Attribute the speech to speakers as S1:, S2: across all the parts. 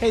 S1: Hey,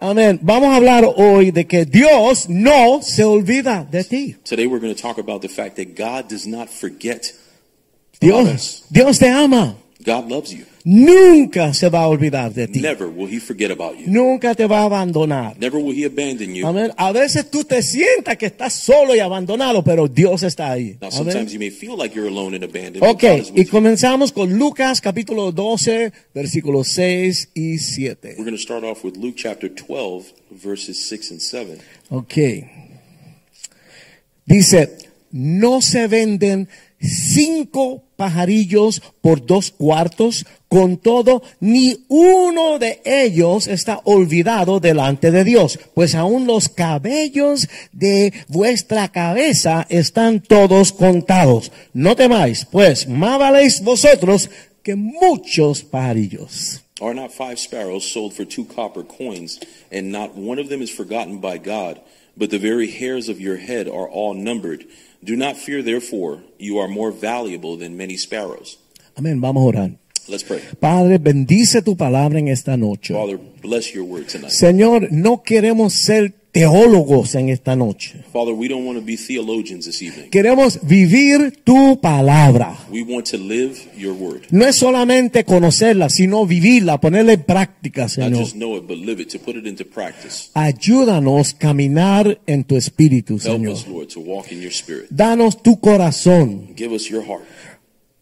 S2: Amén. Vamos a hablar hoy de que Dios no se olvida de ti.
S3: Today we're going to talk about the fact that God does not forget about
S2: Dios,
S3: us.
S2: Dios te ama.
S3: God loves you.
S2: Nunca se va a olvidar de ti.
S3: Never will he forget about you.
S2: Nunca te va a abandonar.
S3: Never will he abandon you.
S2: Amén. A veces tú te sientas que estás solo y abandonado, pero Dios está ahí.
S3: Now
S2: Amén.
S3: sometimes you may feel like you're alone and abandoned. but
S2: Ok,
S3: God is
S2: y
S3: with you.
S2: comenzamos con Lucas capítulo 12, versículos 6 y 7.
S3: We're going to start off with Luke chapter 12 verses 6 and 7.
S2: Ok. Dice, no se venden cinco pajarillos por dos cuartos, con todo, ni uno de ellos está olvidado delante de Dios, pues aún los cabellos de vuestra cabeza están todos contados. No temáis, pues más valéis vosotros que muchos pajarillos.
S3: Are not five sparrows sold for two copper coins and not one of them is forgotten by God, but the very hairs of your head are all numbered. Do not fear therefore, you are more valuable than many sparrows.
S2: Amén, vamos a orar.
S3: Let's pray.
S2: Padre, bendice tu palabra en esta noche.
S3: Father, bless your word tonight.
S2: Señor, no queremos ser teólogos en esta noche.
S3: Father, we don't want to be theologians this evening.
S2: Queremos vivir tu palabra.
S3: We want to live your word.
S2: No es solamente conocerla, sino vivirla, ponerla en práctica,
S3: Not
S2: Señor.
S3: just know it, but live it, to put it into practice.
S2: Ayúdanos a caminar en tu espíritu,
S3: Help
S2: Señor.
S3: us, Lord, to walk in your spirit.
S2: Danos tu corazón.
S3: Give us your heart.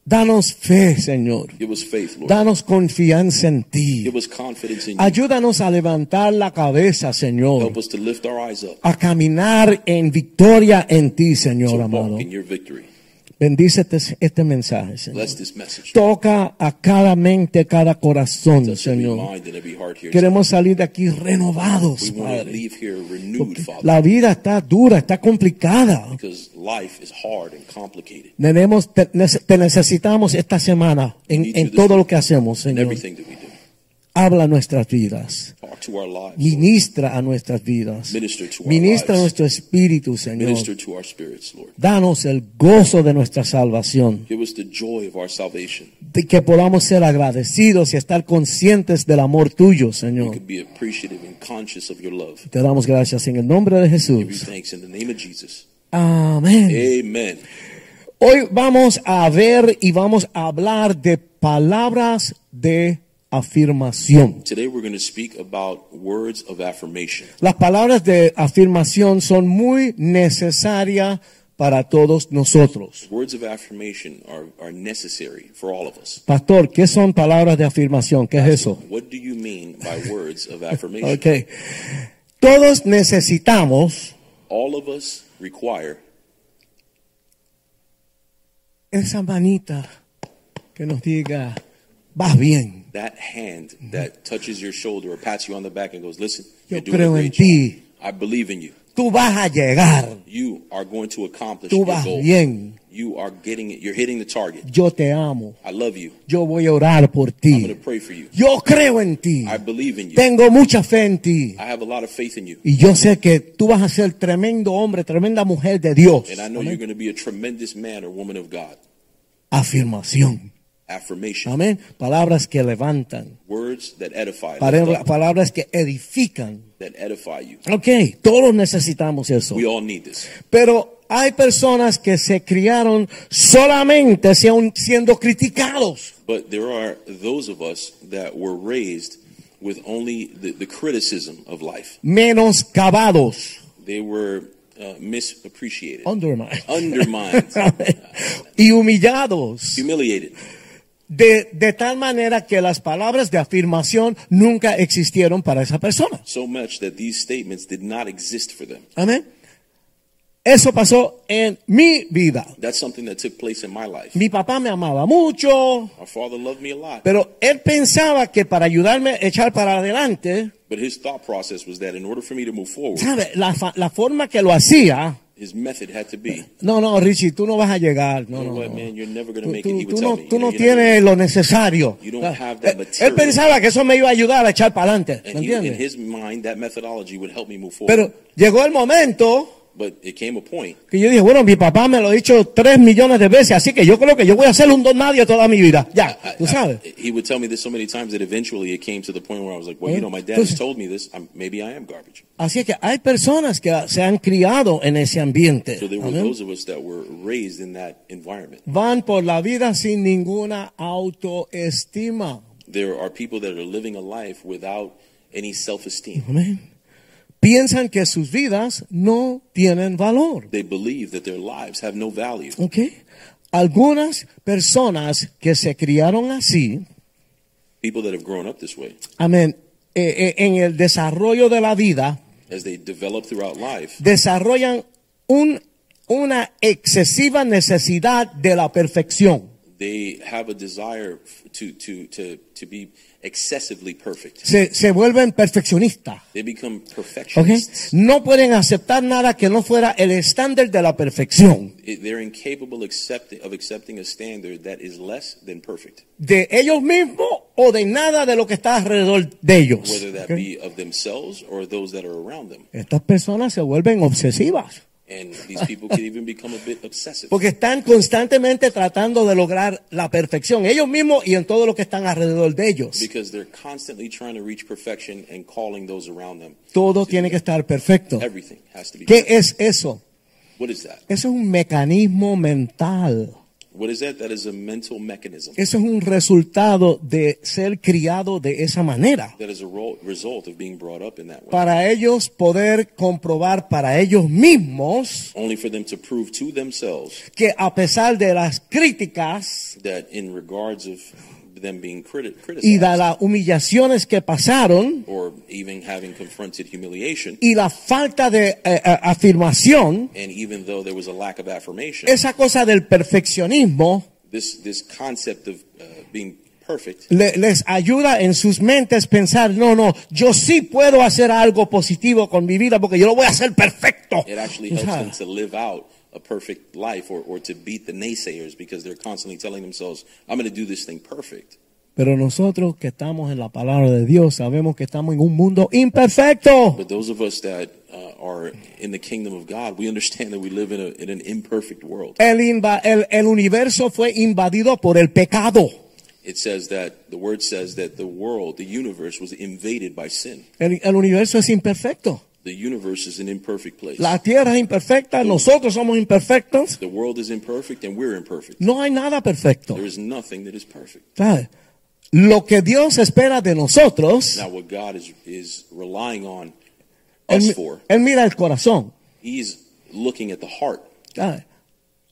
S2: Danos fe, Señor.
S3: Give us faith, Lord.
S2: Danos confianza en ti.
S3: Give us confidence in you.
S2: Ayúdanos a levantar la cabeza, Señor.
S3: Help us to lift our eyes up,
S2: A caminar en victoria en ti,
S3: to
S2: Señor amado.
S3: walk in your victory.
S2: Bendice este, este mensaje, Señor.
S3: Bless this message. Lord.
S2: Toca a cada mente, cada corazón,
S3: Touch every
S2: Señor.
S3: mind and every heart here. tonight.
S2: Queremos salir de aquí
S3: We
S2: renovados,
S3: want to
S2: Padre.
S3: leave here renewed, Father,
S2: La vida está dura, está complicada.
S3: because life is hard and complicated.
S2: Tenemos, te, nece- te necesitamos esta semana en, en todo lo que hacemos,
S3: In
S2: Señor.
S3: everything that we do.
S2: Habla nuestras vidas.
S3: Talk to our lives. Lord.
S2: Ministra a nuestras vidas.
S3: Minister to our
S2: Ministra
S3: lives.
S2: nuestro espíritu, Señor.
S3: Minister to our spirits, Lord.
S2: Danos el gozo de nuestra salvación.
S3: Give us the joy of our salvation.
S2: De que podamos ser agradecidos y estar conscientes del amor tuyo,
S3: We
S2: Señor.
S3: could be appreciative and conscious of your love.
S2: Te damos gracias en el nombre de
S3: Give you
S2: Jesús.
S3: thanks in the name of Jesus.
S2: Amén.
S3: Amen.
S2: Hoy vamos a ver y vamos a hablar de palabras de afirmación.
S3: Today we're going to speak about words of affirmation.
S2: Las palabras de afirmación son muy necesarias para todos nosotros.
S3: Words of affirmation are, are necessary for all of us.
S2: Pastor, ¿qué son palabras de afirmación? ¿Qué es eso?
S3: What do you mean by words of affirmation?
S2: Ok. Todos necesitamos
S3: All of us require
S2: esa manita que nos diga, vas bien,
S3: that hand that touches your shoulder or pats you on the back and goes, Listen,
S2: yo
S3: you're doing a
S2: creo en
S3: great job.
S2: ti,
S3: I believe in you.
S2: tú vas a llegar,
S3: You are going to accomplish
S2: tú
S3: your
S2: vas
S3: goal.
S2: bien,
S3: You are getting it. You're hitting the target.
S2: yo te amo,
S3: I love you.
S2: yo voy a orar por
S3: I'm
S2: ti.
S3: going to pray for you.
S2: Yo creo en ti.
S3: I believe in you.
S2: Tengo mucha fe en ti.
S3: I have a lot of faith in you.
S2: Y yo sé que tú vas a ser tremendo hombre, tremenda mujer de Dios.
S3: And I know you're going to be a tremendous man or woman of God.
S2: Afirmación.
S3: Affirmation.
S2: Amén. Palabras que levantan.
S3: Words that edify.
S2: Palabra-
S3: that,
S2: palabras que edifican.
S3: that edify you.
S2: Ok, todos necesitamos eso.
S3: We all need this.
S2: Pero hay personas que se criaron solamente sean- siendo criticados.
S3: But there are those of us that were raised with only the, the criticism of life.
S2: Menoscabados.
S3: They were uh, misappreciated,
S2: Undermined.
S3: undermined,
S2: Amén. y humillados.
S3: humiliated.
S2: De, de tal manera que las palabras de afirmación nunca existieron para esa persona.
S3: So much that these statements did not exist for them.
S2: Amén. Eso pasó en mi vida.
S3: That's something that took place in my life.
S2: Mi papá me amaba mucho,
S3: My father loved me a lot,
S2: pero él pensaba que para ayudarme a echar para adelante,
S3: But his thought process was that in order for me to move forward,
S2: ¿Sabe? La, fa- la forma que lo hacía.
S3: his method had to be,
S2: No, no, Richie, tú no vas a llegar. No,
S3: you know
S2: no,
S3: what,
S2: no.
S3: man, you're never going to
S2: Tú,
S3: make it. He would
S2: tú- tú
S3: tell
S2: no,
S3: me.
S2: tú
S3: you know,
S2: no
S3: you're never
S2: tienes lo necesario.
S3: You don't
S2: Ah,
S3: have that
S2: él- Él
S3: material.
S2: pensaba que eso me iba a ayudar a echar para adelante.
S3: gonna-"
S2: ¿Me
S3: And he, in
S2: entiendes?
S3: his mind, that methodology would help me move forward.
S2: Pero llegó el momento
S3: but it came a point
S2: que yo dije, bueno, mi papá me lo ha dicho tres millones de veces, así que yo creo que yo voy a ser un don nadie toda mi vida. Ya,
S3: I-
S2: tú
S3: I-
S2: sabes.
S3: Uh, he would tell me this so many times that eventually it came to the point where I was like, well,
S2: Eh,
S3: you know, my dad has
S2: entonces-
S3: told me this. I'm, maybe I am garbage.
S2: Así que hay personas que se han criado en ese ambiente.
S3: So there were
S2: Amén.
S3: those of us that were raised in that environment.
S2: Van por la vida sin ninguna autoestima.
S3: There are people that are living a life without any self-esteem.
S2: Amén. Piensan que sus vidas no tienen valor.
S3: They believe that their lives have no value.
S2: ¿ok? Algunas personas que se criaron así,
S3: People that have grown up this way,
S2: amén, eh, eh, en el desarrollo de la vida,
S3: as they develop throughout life,
S2: desarrollan un- una excesiva necesidad de la perfección.
S3: they have a desire f- to to to to be excessively perfect.
S2: Se, se vuelven perfeccionistas.
S3: They become
S2: ¿ok?
S3: perfectionists.
S2: No pueden aceptar nada que no fuera el estándar de la perfección.
S3: It- They're incapable accept- of accepting a standard that is less than perfect,
S2: De ellos mismos o de nada de lo que está alrededor de ellos.
S3: whether that
S2: ¿ok?
S3: be of themselves or those that are around them.
S2: Estas personas se vuelven obsesivas.
S3: And these people could even become a bit obsessive
S2: Porque están constantemente tratando de lograr la perfección ellos mismos y en todo lo que están alrededor de ellos.
S3: because they're constantly trying to reach perfection and calling those around them.
S2: Todo tiene que estar perfecto.
S3: Everything has to be.
S2: ¿Qué
S3: perfect.
S2: es eso?
S3: What is that?
S2: Eso es un mecanismo mental.
S3: What is that? That is a mental mechanism.
S2: Eso es un resultado de ser criado de esa manera.
S3: That is a ro- result of being brought up in that way.
S2: Para ellos poder comprobar para ellos mismos
S3: only for them to prove to themselves
S2: que a pesar de las críticas
S3: that in regards of them being criti-
S2: y de
S3: criticized
S2: las humillaciones que pasaron
S3: or even having confronted humiliation,
S2: y la falta de eh, eh, afirmación,
S3: and even though there was a lack of affirmation,
S2: esa cosa del perfeccionismo
S3: this this concept of uh, being perfect
S2: le- les ayuda en sus mentes pensar, no, no, yo sí puedo hacer algo positivo con mi vida porque yo lo voy a hacer perfecto.
S3: it actually
S2: O
S3: helps
S2: sea,
S3: them to live out a perfect life or, or to beat the naysayers because they're constantly telling themselves, I'm going to do this thing perfect.
S2: Pero nosotros que estamos en la palabra de Dios sabemos que estamos en un mundo imperfecto.
S3: But those of us that uh, are in the kingdom of God, we understand that we live in, a, in an imperfect world.
S2: El, inva- el, el universo fue invadido por el pecado.
S3: It says that the word says that the world, the universe, was invaded by sin.
S2: El, el universo es imperfecto.
S3: The universe is an imperfect place.
S2: La tierra es imperfecta, nosotros somos imperfectos.
S3: the world is imperfect and we're imperfect.
S2: No hay nada perfecto.
S3: There is nothing that is perfect.
S2: ¿Sabe? Lo que Dios espera de nosotros,
S3: Now, what God is, is relying on
S2: él,
S3: us
S2: mi-
S3: for,
S2: él mira el corazón.
S3: He's looking at the heart.
S2: ¿Sabe?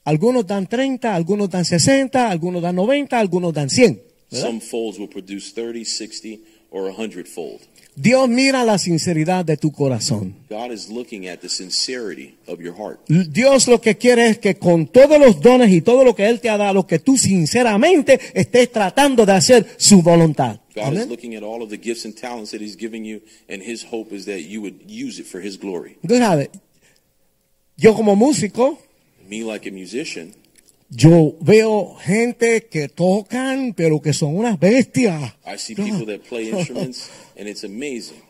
S2: Algunos dan 30, algunos dan 60, algunos dan 90, algunos dan 100. ¿verdad?
S3: Some folds will produce 30, 60, or 100 fold.
S2: Dios mira la sinceridad de tu corazón.
S3: God is looking at the sincerity of your heart.
S2: L- Dios lo que quiere es que con todos los dones y todo lo que Él te ha dado, que tú sinceramente estés tratando de hacer su voluntad.
S3: God is
S2: Amén.
S3: looking at all of the gifts and talents that He's giving you, and His hope is that you would use it for His glory.
S2: Tú sabes, yo como músico,
S3: Me, like a musician,
S2: yo veo gente que tocan, pero que son unas bestias.
S3: I see people that play instruments, and it's amazing.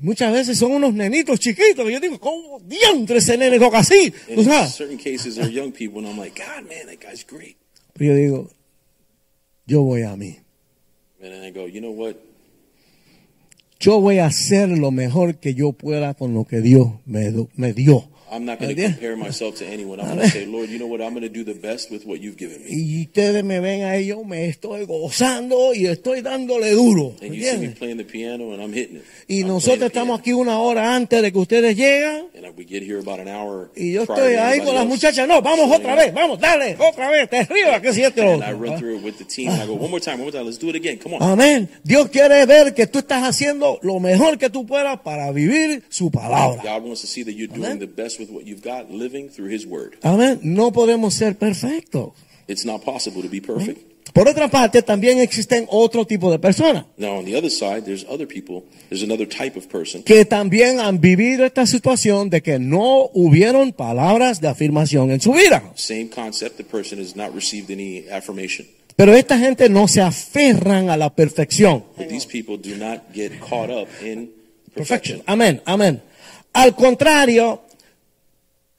S2: Muchas veces son unos nenitos chiquitos. que Yo digo, ¿cómo diantre ese nene toca así?
S3: And
S2: ¿Tú
S3: in
S2: sabes?
S3: certain cases are young people, and I'm like, God, man, that guy's great.
S2: Pero yo digo, yo voy a mí.
S3: And then I go, you know what?
S2: Yo voy a hacer lo mejor que yo pueda con lo que Dios me, do- me dio.
S3: I'm not going to
S2: Amen.
S3: compare myself to anyone. I'm going to say, Lord, you know what? I'm going to do the best with what you've given me.
S2: Y ustedes me ven a ellos, me estoy gozando y estoy dándole duro.
S3: And you see me
S2: ¿entiendes?
S3: playing the piano, and I'm hitting it.
S2: Y
S3: I'm
S2: nosotros
S3: playing the
S2: estamos aquí una hora antes de que ustedes llegan.
S3: piano. And we get here about an hour.
S2: Y yo
S3: prior
S2: estoy
S3: to
S2: ahí
S3: everybody
S2: con las
S3: else.
S2: muchachas. No, vamos
S3: So,
S2: otra
S3: you
S2: vez, vamos, dale, otra vez, te arriba, que si este
S3: know,
S2: otro. Ah,
S3: And I run through it with the team. And I go, one more time, one more time. Let's do it again. Come on.
S2: Amén. Dios quiere ver que tú estás haciendo lo mejor que tú puedas para vivir su palabra.
S3: God wants to see that you're doing
S2: Amen.
S3: the best with what you've got, living through His Word.
S2: Amén. No podemos ser perfectos.
S3: It's not possible to be perfect.
S2: Por otra parte, también existen otro tipo de personas
S3: Now, on the other side, there's other people, there's another type of person
S2: que también han vivido esta situación de que no hubieron palabras de afirmación en su vida.
S3: Same concept, the person has not received any affirmation.
S2: Pero esta gente no se aferran a la perfección.
S3: But these people do not get caught up in
S2: Perfección.
S3: perfection.
S2: Amén, amén. Al contrario,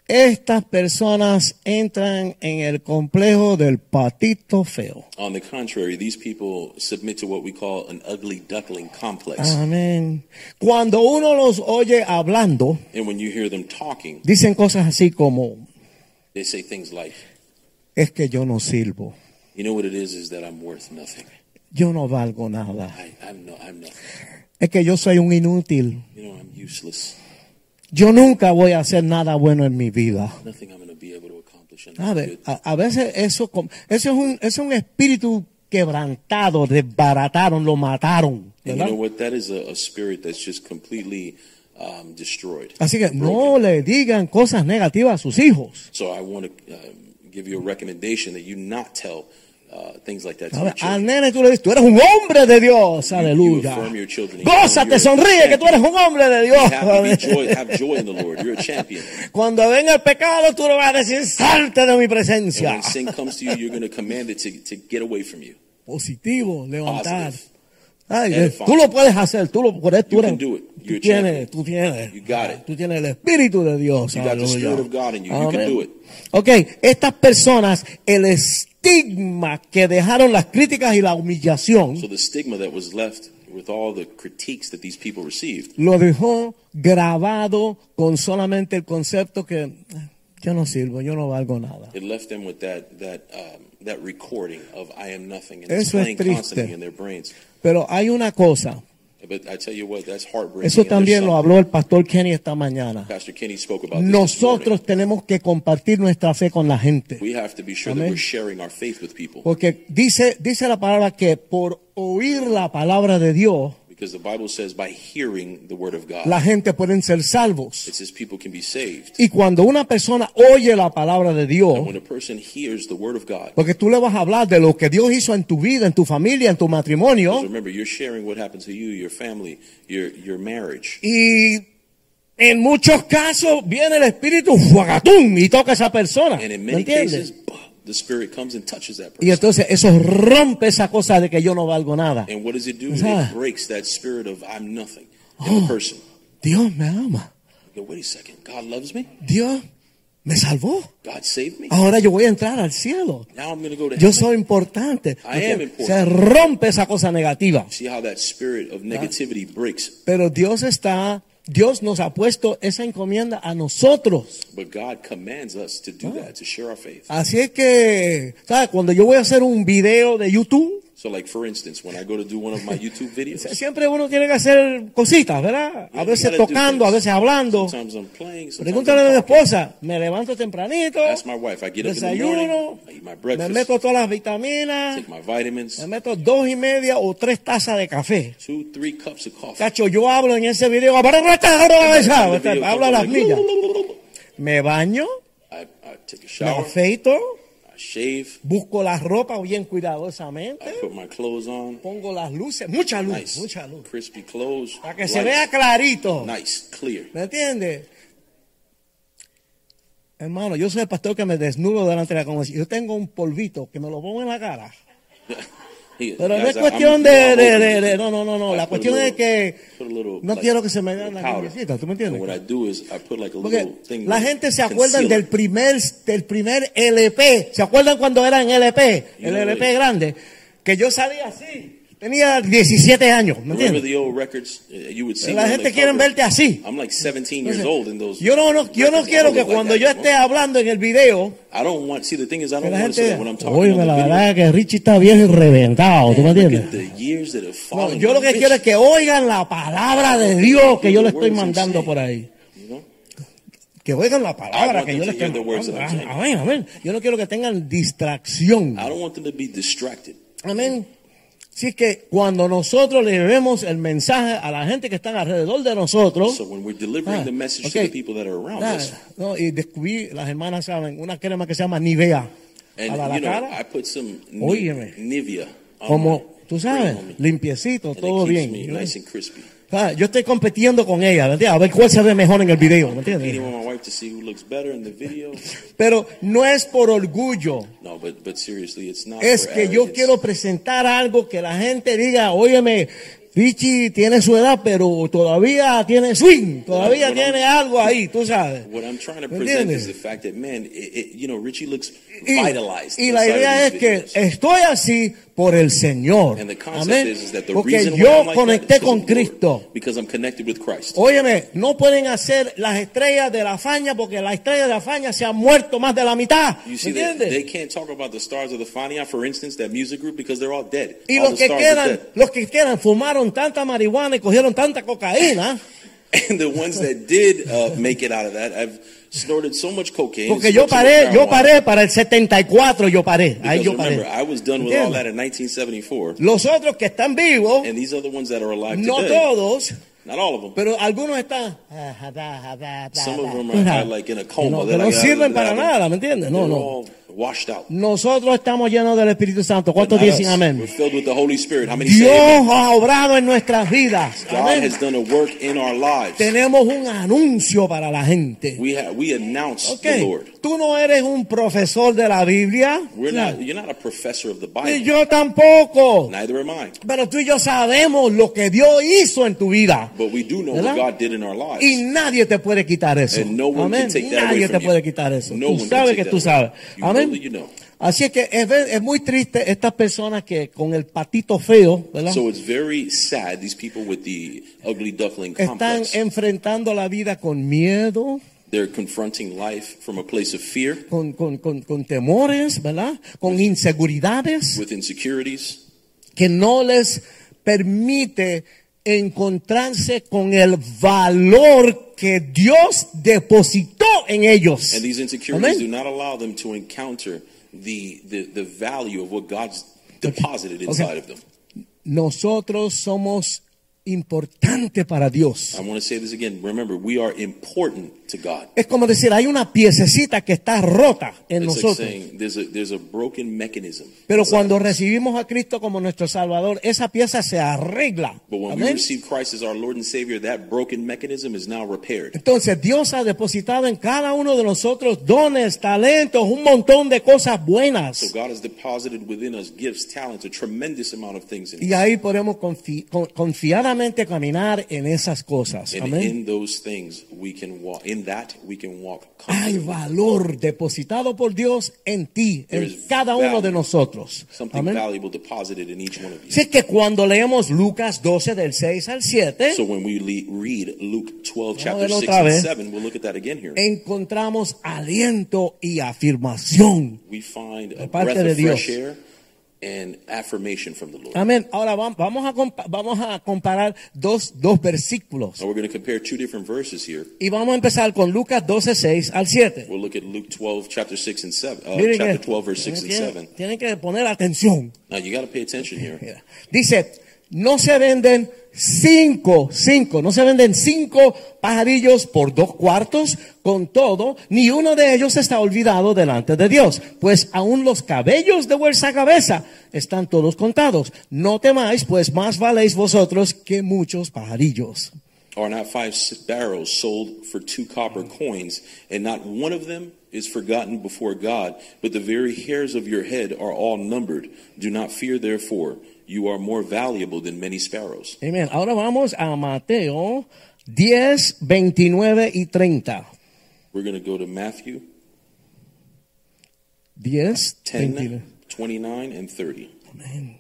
S2: estas personas entran en el complejo del patito feo.
S3: On the contrary, these people submit to what we call an ugly duckling complex.
S2: Amén. Cuando uno los oye hablando,
S3: And when you hear them talking,
S2: dicen cosas así como,
S3: they say things like,
S2: es que yo no sirvo,
S3: you know what it is, is that I'm worth nothing.
S2: yo no valgo nada,
S3: I, I'm, no, I'm nothing.
S2: es que yo soy un inútil,
S3: You know, I'm useless.
S2: yo nunca voy a hacer nada bueno en mi vida.
S3: Nothing I'm going to be able to accomplish. I'm
S2: A
S3: not
S2: ver,
S3: good.
S2: a, a veces eso, com- eso es, un, eso es un espíritu quebrantado, desbarataron, lo mataron.
S3: And
S2: ¿verdad?
S3: you know what? That is a, a spirit that's just completely um, destroyed.
S2: Así que no
S3: Broken.
S2: le digan cosas negativas a sus hijos.
S3: So I want to um, give you a recommendation that you not tell uh, things like that to
S2: A
S3: your
S2: ver, al
S3: children.
S2: nene tú le dices, tú eres un hombre de Dios, aleluya.
S3: affirm your children.
S2: Gózate,
S3: You're-
S2: sonríe, que tú eres un hombre de
S3: You have to be
S2: Dios.
S3: joy, have joy in the Lord. You're a champion.
S2: Cuando venga el pecado, tú le vas a decir, salte de mi
S3: And
S2: presencia.
S3: when sin comes to you, you're going to command it to, to get away from you.
S2: Positivo, levantar.
S3: Positive.
S2: Ay, eh,
S3: Edify.
S2: tú lo puedes hacer, tú lo puedes, tú,
S3: You
S2: eres-
S3: can do it.
S2: tú
S3: You're a
S2: tienes,
S3: champion.
S2: tú tienes,
S3: You got it.
S2: tú tienes el Espíritu de Dios.
S3: You got the
S2: aleluya.
S3: Spirit of God in you. You
S2: Amén.
S3: can do it.
S2: Ok, estas personas, el estigma que dejaron las críticas y la humillación,
S3: So the stigma that was left with all the critiques that these people received,
S2: lo dejó grabado con solamente el concepto que "Ah, yo no sirvo, yo no valgo nada.
S3: it left them with that that um, that recording of "I am nothing," and it's
S2: Eso es
S3: playing
S2: triste.
S3: constantly in their brains.
S2: Pero hay una cosa,
S3: But I tell you what, that's heartbreaking.
S2: eso
S3: and there's
S2: también lo
S3: something-
S2: habló el pastor Kenny esta mañana.
S3: Pastor Kenny spoke about this this. morning.
S2: Nosotros tenemos que compartir nuestra fe con la gente.
S3: We have to be sure that
S2: Amén.
S3: we're sharing our faith with people,
S2: Porque dice, dice la palabra que por oír la palabra de Dios,
S3: because the Bible says by hearing the word of God,
S2: la gente pueden ser salvos.
S3: it says people can be saved.
S2: Y cuando una persona oye la palabra de Dios,
S3: And when a person hears the word of God,
S2: porque tú le vas a hablar de lo que Dios hizo en tu vida, en tu familia, en tu matrimonio,
S3: Because remember, you're sharing what happened to you, your family, your your marriage.
S2: Y en muchos casos viene el espíritu fuagatún y toca a esa persona.
S3: And in
S2: ¿Me
S3: many cases,
S2: entiendes?
S3: bah, the spirit comes and touches that
S2: Y
S3: person.
S2: entonces eso rompe esa cosa de que yo no valgo nada.
S3: And what does it do?
S2: Ah.
S3: It breaks that spirit of I'm nothing in the person.
S2: Dios me ama.
S3: You go, wait a second, God loves me?
S2: Dios me salvó.
S3: God saved me?
S2: Ahora yo voy a entrar al cielo.
S3: Now I'm gonna go to
S2: Yo
S3: heaven.
S2: soy importante.
S3: I am
S2: Porque
S3: important.
S2: Se rompe esa cosa negativa.
S3: See how that spirit of negativity breaks.
S2: Pero Dios está, Dios nos ha puesto esa encomienda a nosotros.
S3: But God commands us to do that, to share our faith.
S2: Así es que, ¿sabes? Cuando yo voy a hacer un video de YouTube,
S3: So, like for instance, when I go to do one of my YouTube videos,
S2: Siempre uno tiene que hacer cositas, ¿verdad? A
S3: you
S2: veces
S3: gotta do
S2: tocando, a
S3: things.
S2: veces hablando.
S3: Sometimes I'm playing, sometimes
S2: Pregúntale a mi
S3: I'm talking.
S2: esposa, me levanto tempranito,
S3: That's my wife. I get up in the
S2: desayuno,
S3: morning, I eat my
S2: me
S3: breakfast,
S2: meto todas las vitaminas,
S3: take my vitamins,
S2: me meto dos y media o tres tazas de café.
S3: two, three cups of coffee.
S2: Cacho, yo hablo en ese video, ¿sabes? hablo a las millas. Me baño,
S3: I, I take a
S2: me
S3: shower,
S2: afeito,
S3: I shave,
S2: busco la ropa bien
S3: I
S2: cuidadosamente,
S3: put my clothes on,
S2: pongo las luces, mucha luz,
S3: nice,
S2: mucha luz,
S3: crispy clothes,
S2: para que se
S3: lights,
S2: vea clarito.
S3: nice, clear.
S2: ¿Me entiendes? Hermano, yo soy el pastor que me desnudo delante de la congregación. Yo tengo un polvito que me lo pongo en la cara.
S3: Here,
S2: Pero no
S3: guys,
S2: es
S3: I'm-
S2: cuestión
S3: I'm-
S2: de,
S3: I'm
S2: de-
S3: over
S2: de-
S3: it.
S2: de- No, no, no, no.
S3: I
S2: La
S3: put a
S2: cuestión es
S3: little-
S2: que
S3: put a little,
S2: no
S3: like,
S2: quiero que se me vean las
S3: powder.
S2: camisetas. ¿Tú me
S3: And What I
S2: entiendes?
S3: do is I put like a
S2: Porque
S3: little thing.
S2: la
S3: to
S2: gente se
S3: conceal
S2: acuerdan
S3: it.
S2: del primer, del primer LP. ¿Se acuerdan cuando eran LP?
S3: You
S2: El
S3: know
S2: LP
S3: it.
S2: grande. Que yo salía así. Tenía 17 años. ¿Me
S3: Remember
S2: entiendes?
S3: the old records? Uh, You would see me
S2: La
S3: on
S2: gente
S3: the
S2: quiere
S3: cover.
S2: verte así.
S3: I'm like 17 years
S2: Entonces,
S3: old in those.
S2: yo no, no- yo no
S3: records. I
S2: quiero
S3: don't
S2: que
S3: look like
S2: cuando
S3: that
S2: yo
S3: anymore.
S2: esté hablando en el video,
S3: I don't want. See, the thing is, I
S2: que
S3: don't
S2: la
S3: want to say
S2: gente,
S3: that when I'm talking.
S2: oye,
S3: on the
S2: la
S3: video.
S2: verdad es que Richie está bien reventado, ¿tú me
S3: Look at
S2: entiendes?
S3: the years that have
S2: No,
S3: fallen
S2: yo lo que
S3: on
S2: quiero es
S3: bitch,
S2: que oigan la palabra de Dios que yo le estoy mandando por ahí.
S3: you know?
S2: Que oigan la palabra
S3: I want
S2: que
S3: them
S2: yo le
S3: to
S2: estoy
S3: hear the words that I'm
S2: mandando.
S3: saying.
S2: Amén, amén. Yo no quiero que tengan distracción.
S3: I don't want them to be distracted.
S2: Amén. Así que cuando nosotros le demos el mensaje a la gente que está alrededor de nosotros,
S3: So when we're delivering
S2: Ah,
S3: the message
S2: okay.
S3: to the people that are around
S2: Ah,
S3: us,
S2: no, y descubrí, las hermanas saben, una crema que se llama Nivea.
S3: And
S2: para la
S3: you know,
S2: cara.
S3: I put some ni-
S2: Óyeme.
S3: Nivea on
S2: Como
S3: my
S2: tú
S3: cream
S2: sabes,
S3: on me,
S2: limpiecito,
S3: and it
S2: todo
S3: keeps
S2: bien.
S3: me nice and crispy.
S2: Ah, yo estoy compitiendo con ella, ¿me entiendes? A ver cuál se ve mejor en el video, ¿me
S3: Eating
S2: entiendes?
S3: with my wife to see who looks better in the video.
S2: Pero no es por orgullo,
S3: No, but but seriously, it's not.
S2: es
S3: for
S2: que yo
S3: arrogance.
S2: quiero presentar algo que la gente diga, óyeme, Richie tiene su edad, pero todavía tiene swing, todavía
S3: Bueno, bueno.
S2: tiene algo ahí, tú sabes.
S3: What I'm trying to
S2: ¿Me
S3: present is
S2: entiendes?
S3: the fact that man, it, it, you know, Richie looks
S2: Y,
S3: vitalized.
S2: y la
S3: inside of
S2: idea es
S3: these
S2: que
S3: videos.
S2: estoy así por el Señor.
S3: And the concept
S2: Amén.
S3: is, is that the
S2: Porque
S3: reason why
S2: yo
S3: I'm like that
S2: conecté
S3: is 'cause
S2: con
S3: of the Lord,
S2: Cristo.
S3: because I'm connected with Christ.
S2: Óyeme, no pueden hacer las estrellas de la faña porque las estrellas de la faña se han muerto más de la mitad. ¿Me
S3: You see, that
S2: entiendes?
S3: they can't talk about the stars of the Fania, for instance, that music group, because they're all dead.
S2: y
S3: all the
S2: los que
S3: stars are
S2: quedan,
S3: dead.
S2: los que quedan fumaron tanta marihuana y cogieron tanta cocaína
S3: And the ones that did uh, make it out of that, I've snorted so much cocaine. and
S2: porque yo
S3: smoked so much
S2: paré, yo
S3: marijuana,
S2: paré para el 74 yo paré, ahí
S3: Because
S2: yo
S3: remember,
S2: paré.
S3: I was done with all
S2: ¿Entiendes?
S3: that in 1974,
S2: Los otros que están vivos,
S3: and these other ones that are alive
S2: no
S3: today,
S2: todos,
S3: not all of them.
S2: pero algunos están "Ah,
S3: Some of them are, are like in a
S2: que
S3: coma.
S2: no,
S3: They're
S2: que no
S3: like, uh,
S2: sirven para
S3: they're
S2: nada, ¿me entiendes? No,
S3: they're
S2: no.
S3: all washed out.
S2: Nosotros estamos llenos del Espíritu Santo. ¿Cuántos
S3: Not
S2: dicen
S3: us.
S2: amén?
S3: We're filled with the Holy Spirit. How many say amen?
S2: Dios ha obrado en nuestras vidas.
S3: God
S2: Amén.
S3: has done a work in our lives.
S2: Tenemos un anuncio para la gente.
S3: We have we announce
S2: Ok,
S3: the Lord.
S2: Tú no eres un profesor de la Biblia.
S3: We're
S2: Claro.
S3: not you're not a professor of the
S2: Y
S3: Bible.
S2: yo tampoco.
S3: Neither am I.
S2: Pero tú y yo sabemos lo que Dios hizo en tu vida.
S3: But we do know
S2: ¿Verdad?
S3: what God did in our lives.
S2: Y nadie te puede quitar eso.
S3: And no one
S2: Amén.
S3: can take that away
S2: Nadie te
S3: from you.
S2: puede quitar eso.
S3: No
S2: tú
S3: one can
S2: sabes
S3: take
S2: que
S3: that
S2: tú
S3: away.
S2: sabes.
S3: You know
S2: Amén.
S3: that you know.
S2: Así es que es, es muy triste estas personas que con el patito feo, ¿verdad?
S3: so it's very sad these people with the ugly duckling
S2: Están
S3: complex.
S2: enfrentando la vida con miedo,
S3: They're confronting life from a place of fear,
S2: con, con, con, con temores, ¿verdad? Con inseguridades
S3: with insecurities
S2: que no les permite encontrarse con el valor que Dios depositó en ellos.
S3: and these insecurities
S2: Amén.
S3: do not allow them to encounter the, the the value of what God's deposited inside of them.
S2: Nosotros somos importantes para Dios.
S3: I want to say this again. Remember, we are important to God.
S2: Es como decir, hay una piececita que está rota en
S3: It's like
S2: nosotros.
S3: saying there's a there's a broken mechanism.
S2: Pero
S3: inside
S2: cuando
S3: of us.
S2: recibimos a Cristo como nuestro Salvador, esa pieza se arregla.
S3: but when we
S2: Amén.
S3: receive Christ as our Lord and Savior, that broken mechanism is now repaired.
S2: Entonces Dios ha depositado en cada uno de nosotros dones, talentos, un montón de cosas
S3: So
S2: buenas.
S3: God has deposited within us gifts, talents, a tremendous amount of things in
S2: Y
S3: us.
S2: ahí podemos confi- con- confiadamente caminar en esas cosas.
S3: And
S2: Amén.
S3: in those things we can walk in that we can walk
S2: Hay
S3: confidently.
S2: valor depositado por Dios en ti,
S3: There
S2: en
S3: is
S2: cada uno de
S3: value.
S2: nosotros.
S3: Something
S2: Amén.
S3: valuable deposited in each one of you.
S2: Así que cuando leemos Lucas 12 del 6 al 7,
S3: So when we le- read Luke 12, chapter
S2: verlo
S3: 6
S2: otra
S3: and
S2: vez.
S3: 7, we'll look at that again here.
S2: encontramos aliento y afirmación.
S3: We find a
S2: De parte
S3: breath
S2: de
S3: of fresh
S2: Dios. Ah.
S3: air and affirmation from the Lord.
S2: Amén. Ahora vam- vamos a, compa- vamos a comparar dos, dos versículos.
S3: Now we're going to compare two different verses here.
S2: Y vamos a empezar con Lucas 12, 6 al 7.
S3: We'll look at Luke 12, chapter 6 and 7. Uh,
S2: Miren
S3: chapter
S2: esto.
S3: 12, verse 6 and
S2: Tienen que-
S3: 7.
S2: Tienen que poner atención.
S3: Now you got to pay attention here.
S2: Mira. Dice, no se venden cinco, cinco, no se venden cinco pajarillos por dos cuartos, con todo, ni uno de ellos está olvidado delante de Dios, pues aún los cabellos de vuestra cabeza están todos contados. No temáis, pues más valéis vosotros que muchos pajarillos.
S3: Are not five sparrows sold for two copper
S2: Mm.
S3: coins, and not one of them is forgotten before God, but the very hairs of your head are all numbered. Do not fear, therefore. You are more valuable than many sparrows.
S2: Amén. Ahora vamos a Mateo 10, 29 y 30.
S3: We're going to go to Matthew
S2: 10, 29.
S3: 10, 29, and 30.
S2: Amén.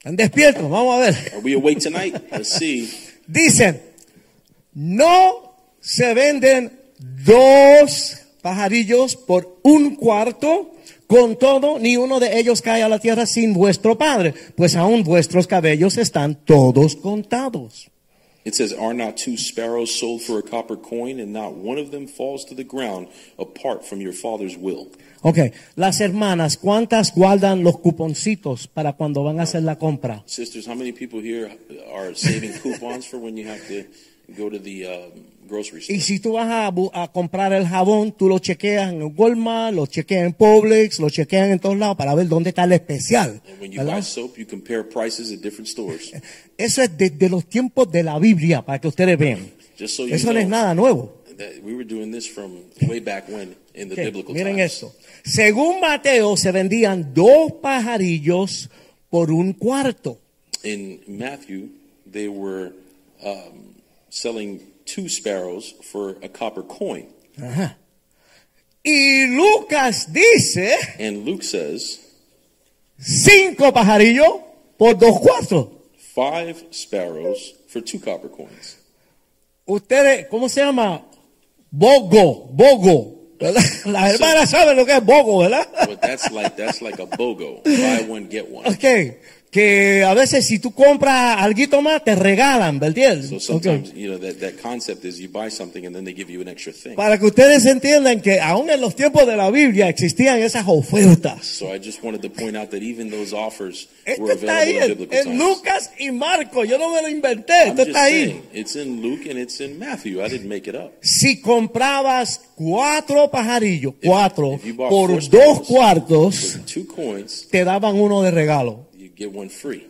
S2: ¿Están despiertos? Vamos a ver.
S3: Are we awake tonight? Let's see.
S2: Dicen, no se venden dos pajarillos por un cuarto, con todo, ni uno de ellos cae a la tierra sin vuestro padre, pues aún vuestros cabellos están todos contados.
S3: It says, Are not two sparrows sold for a copper coin, and not one of them falls to the ground apart from your father's will?
S2: Ok, las hermanas, ¿cuántas guardan los cuponcitos para cuando van a hacer la compra?
S3: Sisters, how many people here are saving coupons for when you have to Go to the um, grocery store.
S2: Y si tú vas a, bu- a comprar el jabón, tú lo chequeas en el Walmart, lo chequeas en Publix, lo chequeas en todos lados para ver dónde está el especial.
S3: And when you
S2: ¿verdad?
S3: buy soap, you compare prices at different stores.
S2: Eso es desde los tiempos de la Biblia, para que ustedes vean.
S3: Just so you
S2: Eso no es
S3: know
S2: nada nuevo.
S3: that we were doing this from way back when in the
S2: Ok,
S3: biblical
S2: miren
S3: times.
S2: esto. Según Mateo, se vendían dos pajarillos por un cuarto.
S3: In Matthew, they were um, selling two sparrows for a copper coin.
S2: Ajá. Y Lucas dice,
S3: And Luke says,
S2: cinco pajarillos por dos cuartos.
S3: five sparrows for two copper coins.
S2: Ustedes, ¿cómo se llama? Bogo, bogo. ¿verdad? Las hermanas saben lo que es bogo, ¿verdad?
S3: But that's like that's like a bogo. Buy one, get one.
S2: Ok, que a veces si tú compras algo más, te regalan, ¿verdad?
S3: So
S2: Ok.
S3: sometimes, you know, that, that concept is you buy something and then they give you an extra thing.
S2: Para que ustedes entiendan que aún en los tiempos de la Biblia existían esas ofertas.
S3: So I just wanted to point out that even those offers
S2: Esto
S3: were
S2: está ahí
S3: available in
S2: en,
S3: biblical
S2: en
S3: times.
S2: Lucas y Marcos, yo no me lo inventé,
S3: I'm
S2: esto
S3: just
S2: está ahí.
S3: saying, it's in Luke and it's in Matthew. I didn't make it up.
S2: Si comprabas cuatro pajarillos, cuatro,
S3: if you bought
S2: por
S3: four
S2: dos
S3: sparrows,
S2: cuartos,
S3: With two coins,
S2: te daban uno de regalo.
S3: you get one free.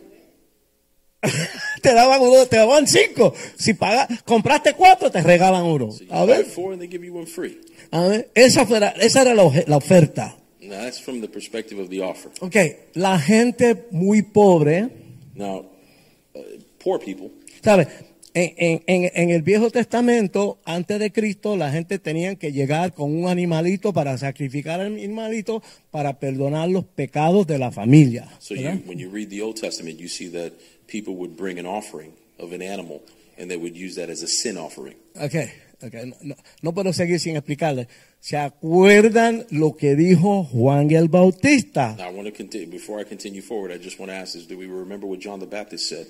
S2: Te daban uno, te daban cinco. Si pagas, compraste cuatro, te regalan uno.
S3: You
S2: A
S3: buy
S2: ver,
S3: four and they give you one free.
S2: a ver, esa, fuera- esa era la oje- la oferta.
S3: Now that's from the perspective of the offer.
S2: Ok, la gente muy pobre,
S3: Now, uh, poor people,
S2: ¿sabes? En, en- en- en el Viejo Testamento, antes de Cristo, la gente tenía que llegar con un animalito para sacrificar al animalito para perdonar los pecados de la familia.
S3: So you,
S2: ¿verdad?
S3: when you read the Old Testament, you see that people would bring an offering of an animal, and they would use that as a sin offering.
S2: Ok, ok, no, no- no puedo seguir sin explicarles. ¿Se acuerdan lo que dijo Juan el Bautista?
S3: Now, I want to continue. Before I continue forward, I just want to ask: Is do we remember what John the Baptist said?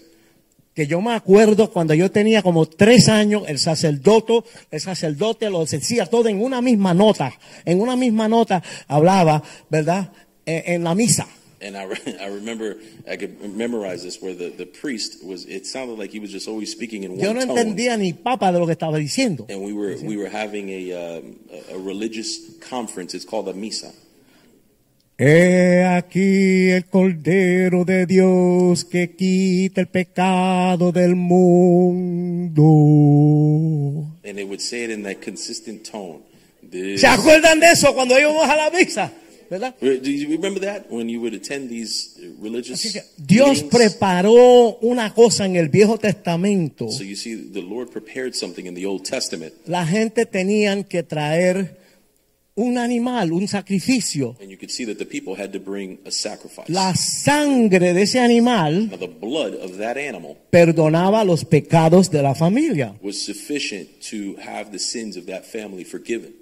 S2: Que yo me acuerdo cuando yo tenía como tres años, el sacerdote, el sacerdote lo decía todo en una misma nota, en una misma nota hablaba, ¿verdad? En, en la misa.
S3: And I, re- I remember I could memorize this where the, the priest was. It sounded like he was just always speaking in one
S2: Yo no
S3: tone.
S2: entendía Mm-hmm. ni papa de lo que estaba diciendo.
S3: And we were we were having a um, a- a religious conference. It's called a misa.
S2: He aquí el Cordero de Dios que quita el pecado del mundo.
S3: And they would say it in that consistent tone. This-
S2: ¿Se acuerdan de eso cuando íbamos a la misa? ¿Verdad?
S3: Re- Do you remember that when you would attend these uh, religious?
S2: Así que Dios
S3: meetings?
S2: preparó una cosa en el Viejo Testamento.
S3: So you see, the Lord prepared something in the Old Testament,
S2: La gente tenían que traer un animal, un sacrificio.
S3: and you could see that the people had to bring a sacrifice.
S2: La sangre de ese animal
S3: Now, the blood of that animal
S2: perdonaba los pecados de la familia.
S3: was sufficient to have the sins of that family forgiven.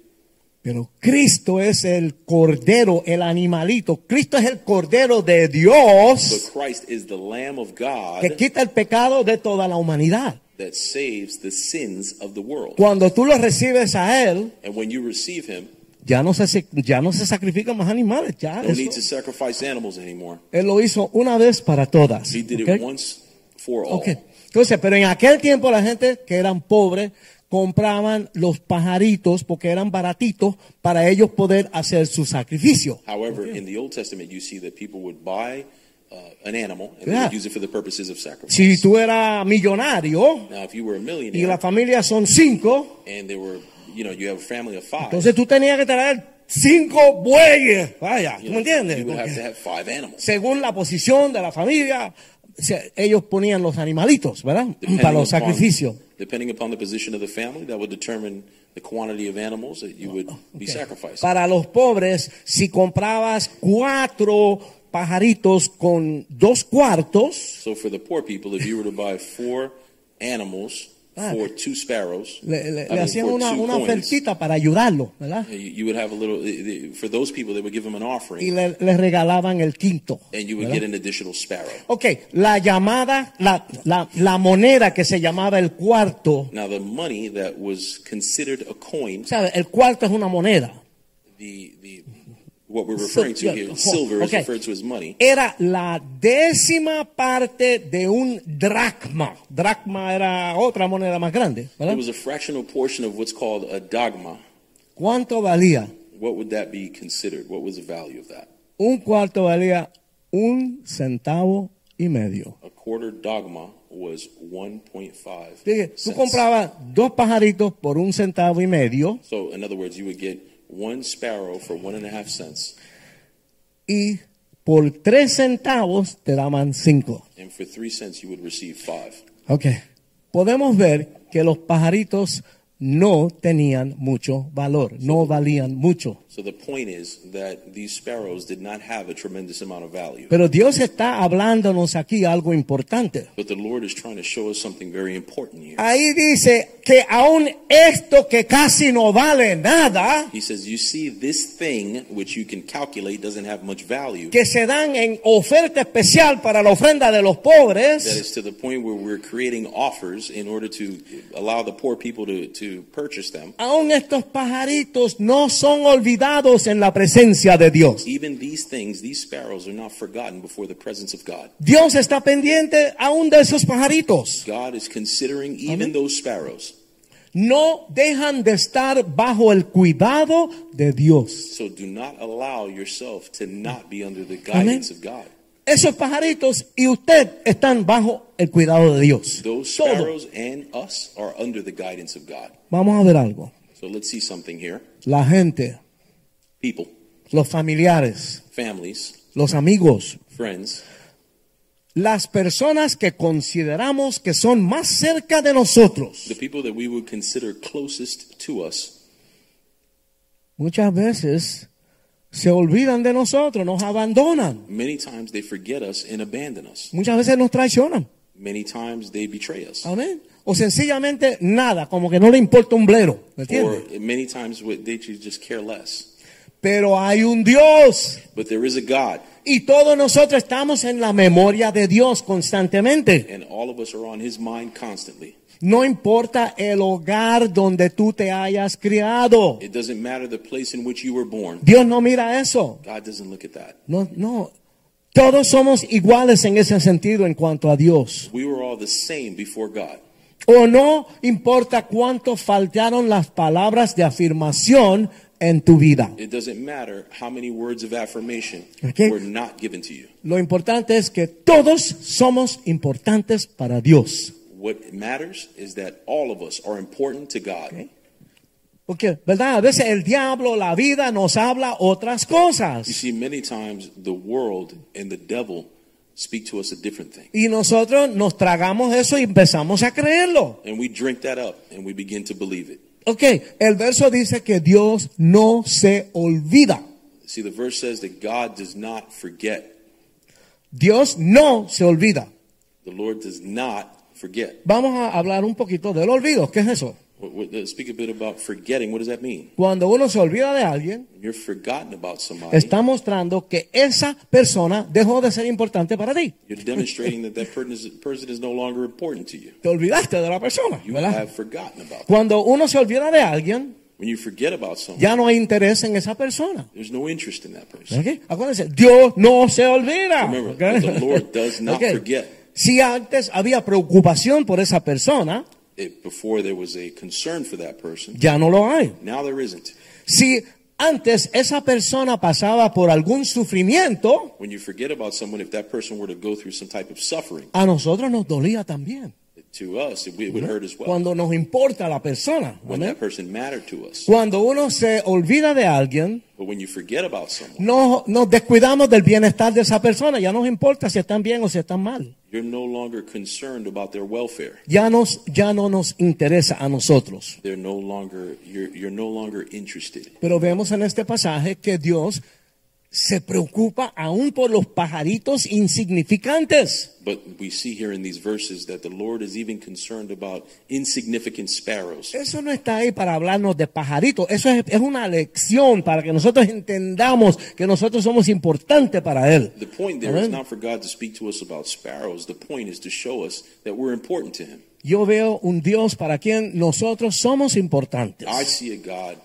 S2: Pero Cristo es el cordero, el animalito. Cristo es el cordero de Dios
S3: But Christ is the Lamb of God
S2: que quita el pecado de toda la humanidad.
S3: that saves the sins of the world.
S2: Cuando tú lo recibes a Él,
S3: And when you receive Him,
S2: ya no se, ya no se sacrifican más animales. Ya
S3: no
S2: eso-
S3: need to sacrifice animals anymore.
S2: él lo hizo una vez para todas.
S3: He did
S2: ¿ok?
S3: it once for all.
S2: Ok. Entonces, pero en aquel tiempo la gente que eran pobres compraban los pajaritos porque eran baratitos para ellos poder hacer su sacrificio.
S3: However, in the Old Testament, you see that people would buy uh, an animal and they
S2: Yeah.
S3: would use it for the purposes of sacrifice.
S2: Si tú eras millonario
S3: Now, if you were a
S2: y la
S3: millionaire
S2: familia son cinco,
S3: and there were, you know, you have a family of five,
S2: entonces tú tenías que traer cinco bueyes. Vaya, ¿tú
S3: you,
S2: me
S3: know,
S2: entiendes?
S3: you would have to
S2: Porque
S3: have five animals.
S2: según la posición de la familia, se- ellos ponían los animalitos, ¿verdad?
S3: Depending
S2: Para los
S3: upon-
S2: sacrificios.
S3: Depending upon the position of the family, that would determine the quantity of animals that you would be sacrificing.
S2: Oh, Para los pobres, si comprabas cuatro pajaritos con dos cuartos,
S3: So for the poor people, if you were to buy four animals
S2: Ah.
S3: for two sparrows,
S2: le, le-
S3: I
S2: le
S3: mean,
S2: hacían
S3: for
S2: una,
S3: two
S2: una
S3: coins, eh,
S2: ofertita para ayudarlo, ¿verdad?
S3: you, you would have a little, the- the- for those people, they would give them an
S2: Y
S3: offering
S2: le, les regalaban el quinto.
S3: and you would
S2: ¿verdad?
S3: get an additional sparrow.
S2: Ok, la llamada, la, la, la moneda que se llamaba el cuarto,
S3: Now, the money that was considered a coin,
S2: ¿sabes? El cuarto es una moneda.
S3: the, the, What we're referring to here, silver is
S2: Okay.
S3: referred to as money.
S2: Era la décima parte de un dracma. Dracma era otra moneda más grande,
S3: It
S2: ¿verdad?
S3: was a fractional portion of what's called a dogma.
S2: ¿Cuánto valía?
S3: What would that be considered? What was the value of that?
S2: Un cuarto valía un centavo y medio.
S3: A quarter dogma was 1.5.
S2: Dije, tú
S3: cents.
S2: comprabas dos pajaritos por un centavo y medio
S3: So, in other words, you would get one sparrow for one and a half cents,
S2: y por tres centavos te daban cinco.
S3: and for three cents, you would receive five.
S2: Ok. Podemos ver que los pajaritos no tenían mucho valor, no valían mucho.
S3: So, the point is that these sparrows did not have a tremendous amount of value.
S2: Pero Dios está hablándonos aquí algo importante.
S3: But the Lord is trying to show us something very important here.
S2: Ahí dice que aún esto que casi no vale nada,
S3: He says, You see, this thing, which you can calculate, doesn't have much value.
S2: que se dan en oferta especial para la ofrenda de los
S3: That
S2: pobres,
S3: is to the point where we're creating offers in order to allow the poor people to, to purchase them.
S2: aún estos pajaritos no son olvidados en la presencia de Dios.
S3: Even these things, these sparrows, are not forgotten before the presence of God.
S2: Dios está pendiente aún de esos pajaritos.
S3: God is considering even those sparrows.
S2: No dejan de estar bajo el cuidado de Dios.
S3: So do not allow yourself to not be under the guidance of God.
S2: Esos pajaritos y usted están bajo el cuidado de Dios.
S3: Those
S2: Todo.
S3: sparrows and us are under the guidance of God.
S2: Vamos a ver algo.
S3: So let's see something here.
S2: La gente,
S3: People,
S2: los familiares,
S3: families,
S2: los amigos,
S3: friends,
S2: las personas que consideramos que son más cerca de nosotros.
S3: the people that we would consider closest to us,
S2: Muchas veces se olvidan de nosotros, nos abandonan,
S3: many times they forget us and abandon us.
S2: muchas veces nos traicionan.
S3: Many times they betray us.
S2: Amén. O sencillamente nada, como que no le importa un blero, ¿me
S3: Or
S2: entiendes?
S3: many times what- they just care less.
S2: Pero hay un Dios
S3: But there is a God,
S2: y todos nosotros estamos en la memoria de Dios constantemente.
S3: and all of us are on his mind constantly.
S2: No importa el hogar donde tú te hayas criado.
S3: It doesn't matter the place in which you were born.
S2: Dios no mira eso.
S3: God doesn't look at that.
S2: No, no. Todos somos iguales en ese sentido en cuanto a Dios.
S3: We were all the same before God.
S2: O no importa cuánto faltaron las palabras de afirmación en tu vida.
S3: It doesn't matter how many words of affirmation
S2: Okay.
S3: were not given to you.
S2: Lo importante es que todos somos importantes para Dios.
S3: What matters is that all of us are important to God.
S2: Porque, ¿verdad? A veces el diablo, la vida nos habla otras
S3: You
S2: cosas.
S3: see, many times the world and the devil speak to us a different thing.
S2: Y nosotros nos tragamos eso y empezamos a creerlo.
S3: And we drink that up and we begin to believe it.
S2: Ok, el verso dice que Dios no se olvida.
S3: See, the verse says that God does not forget.
S2: Dios no se olvida.
S3: The Lord does not forget.
S2: Vamos a hablar un poquito del olvido. ¿Qué es eso?
S3: What- what- let's Speak a bit about forgetting. What does that mean?
S2: Cuando uno se olvida de alguien,
S3: You're forgotten about somebody.
S2: está mostrando que esa persona dejó de ser importante para ti.
S3: You're demonstrating that that person is, person is no longer important to you.
S2: Te olvidaste de la persona,
S3: You
S2: ¿verdad?
S3: have forgotten about them.
S2: Cuando uno se olvida de alguien,
S3: When you forget about someone,
S2: ya ¿Eh? no hay interés en esa persona.
S3: there's no interest in that person.
S2: ¿Ok? Acuérdense, Dios no se olvida.
S3: Remember,
S2: ¿ok?
S3: that the Lord does not
S2: ¿Ok?
S3: forget.
S2: Si antes había preocupación por esa persona,
S3: It, before there was a concern for that person,
S2: ya no lo hay.
S3: now there isn't.
S2: Si antes esa persona pasaba por algún sufrimiento,
S3: When you forget about someone, if that person were to go through some type of suffering,
S2: a nosotros nos dolía también.
S3: to us, it, it would hurt as Mm-hmm. well.
S2: Cuando nos importa la persona.
S3: when
S2: ¿amén?
S3: that person mattered to us.
S2: Cuando uno se olvida de alguien,
S3: But when you forget about someone,
S2: no, nos descuidamos del bienestar de esa persona. Ya nos importa si están bien o si están mal.
S3: you're no longer concerned about their welfare.
S2: Ya, nos, ya no nos interesa a nosotros.
S3: They're no longer you're you're no longer interested.
S2: Pero vemos en este pasaje que Dios se preocupa aún por los pajaritos insignificantes.
S3: But we see here in these verses that the Lord is even concerned about insignificant sparrows.
S2: Eso no está ahí para hablarnos de pajaritos. Eso es, es una lección para que nosotros entendamos que nosotros somos importantes para Él.
S3: The point there is
S2: Amén.
S3: not for God to speak to us about sparrows. The point is to show us that we're important to Him.
S2: Yo veo un Dios para quien nosotros somos importantes.
S3: I see a God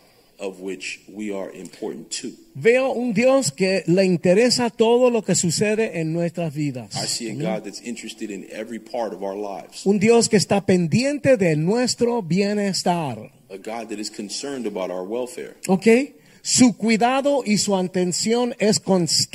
S3: of which we are important to.
S2: Veo un Dios que le interesa todo lo que sucede en nuestras
S3: I
S2: vidas.
S3: see a God that's interested in every part of our lives,
S2: Un Dios que está pendiente de nuestro bienestar.
S3: a God that is concerned about our welfare.
S2: ¿Ok? Su cuidado y su atención es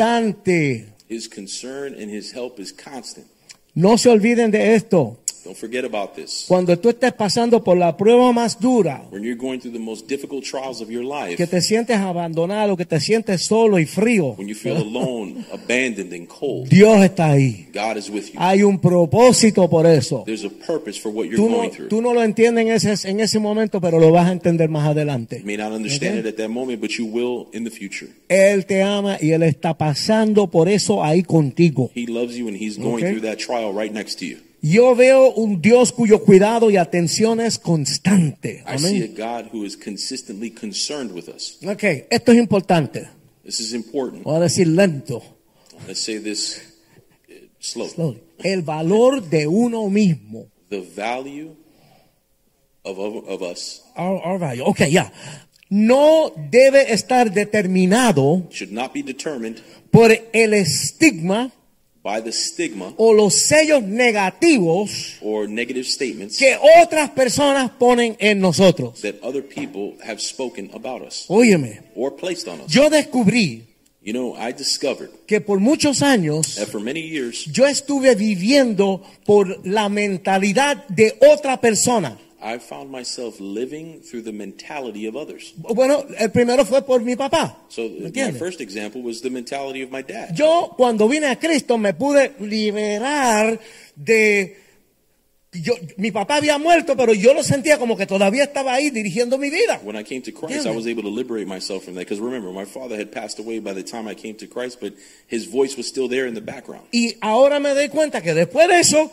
S2: constante.
S3: His concern and his help is constant.
S2: No se olviden de esto.
S3: Don't forget about this.
S2: Cuando tú estés pasando por la prueba más dura,
S3: When you're going through the most difficult trials of your life,
S2: que te sientes abandonado, que te sientes solo y frío,
S3: when you feel alone, abandoned, and cold,
S2: Dios está ahí.
S3: God is with you.
S2: Hay un propósito por eso.
S3: There's a purpose for what you're
S2: Tú no,
S3: going through.
S2: tú no lo entiendes en ese, en ese momento, pero lo vas a entender más adelante.
S3: You may not understand
S2: Ok.
S3: it at that moment, but you will in the future.
S2: Él te ama y Él está pasando por eso ahí contigo.
S3: He loves you and he's going
S2: Ok.
S3: through that trial right next to you.
S2: Yo veo un Dios cuyo cuidado y atención es constante.
S3: I see a
S2: Amén.
S3: God who is consistently concerned with us.
S2: Ok, esto es importante.
S3: This is important.
S2: Voy a decir lento.
S3: Let's say this uh, slow.
S2: slowly. El valor de uno mismo.
S3: The value of, of, of us
S2: Our- our value. Ok, ya. No debe estar determinado
S3: should not be determined
S2: por el estigma
S3: by the stigma
S2: o los sellos negativos
S3: or negative statements
S2: que otras personas ponen en nosotros.
S3: that other people have spoken about us
S2: Óyeme,
S3: or placed on us.
S2: yo descubrí
S3: You know, I discovered
S2: que por muchos años
S3: that for many years
S2: yo estuve viviendo por la mentalidad de otra persona.
S3: I found myself living through the mentality of others.
S2: Bueno, el primero fue por mi papá.
S3: So uh,
S2: ¿me
S3: my
S2: entiendes?
S3: first example was the mentality of my dad.
S2: Yo cuando vine a Cristo me pude liberar de yo, mi papá había muerto, pero yo lo sentía como que todavía estaba ahí dirigiendo mi vida.
S3: When I came to Christ,
S2: Yeah.
S3: I was able to liberate myself from that. Because remember, my father had passed away by the time I came to Christ, but his voice was still there in the background.
S2: Y ahora me doy cuenta que después de eso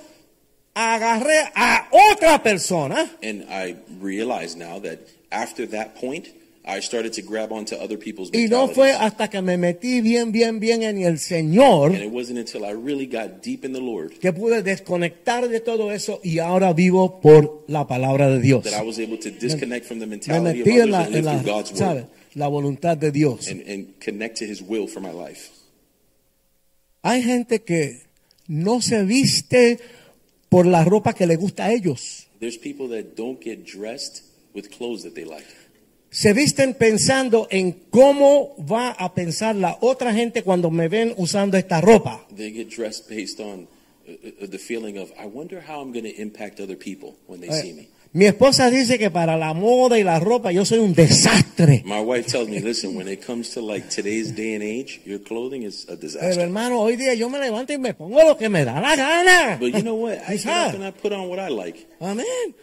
S2: agarré a otra persona
S3: And I realize now that after that point, I started to grab onto other people's
S2: y no fue
S3: mentalities.
S2: hasta que me metí bien, bien, bien en el
S3: And
S2: Señor
S3: it wasn't until I really got deep in the Lord
S2: que pude desconectar de todo eso y ahora vivo por la palabra de Dios.
S3: that I was able to disconnect from the
S2: Me
S3: mentality of
S2: metí en
S3: others
S2: la,
S3: and live
S2: en la,
S3: through God's
S2: ¿sabe?
S3: word
S2: la voluntad de Dios.
S3: and, and connect to his will for my life.
S2: Hay gente que no se viste por la ropa que le gusta a ellos.
S3: There's people that don't get dressed with clothes that they like.
S2: Se visten pensando en cómo va a pensar la otra gente cuando me ven usando esta ropa.
S3: They get dressed based on uh, uh, the feeling of, I wonder how I'm going to impact other people when they
S2: Eh.
S3: see me.
S2: Mi esposa dice que para la moda y la ropa yo soy un desastre.
S3: My wife tells me, listen, when it comes to like today's day and age, your clothing is a
S2: Pero
S3: disaster.
S2: hermano, hoy día yo me levanto y me pongo lo que me da la gana.
S3: But you know what? I get up and
S2: Ajá.
S3: I put on what I like.
S2: Amén.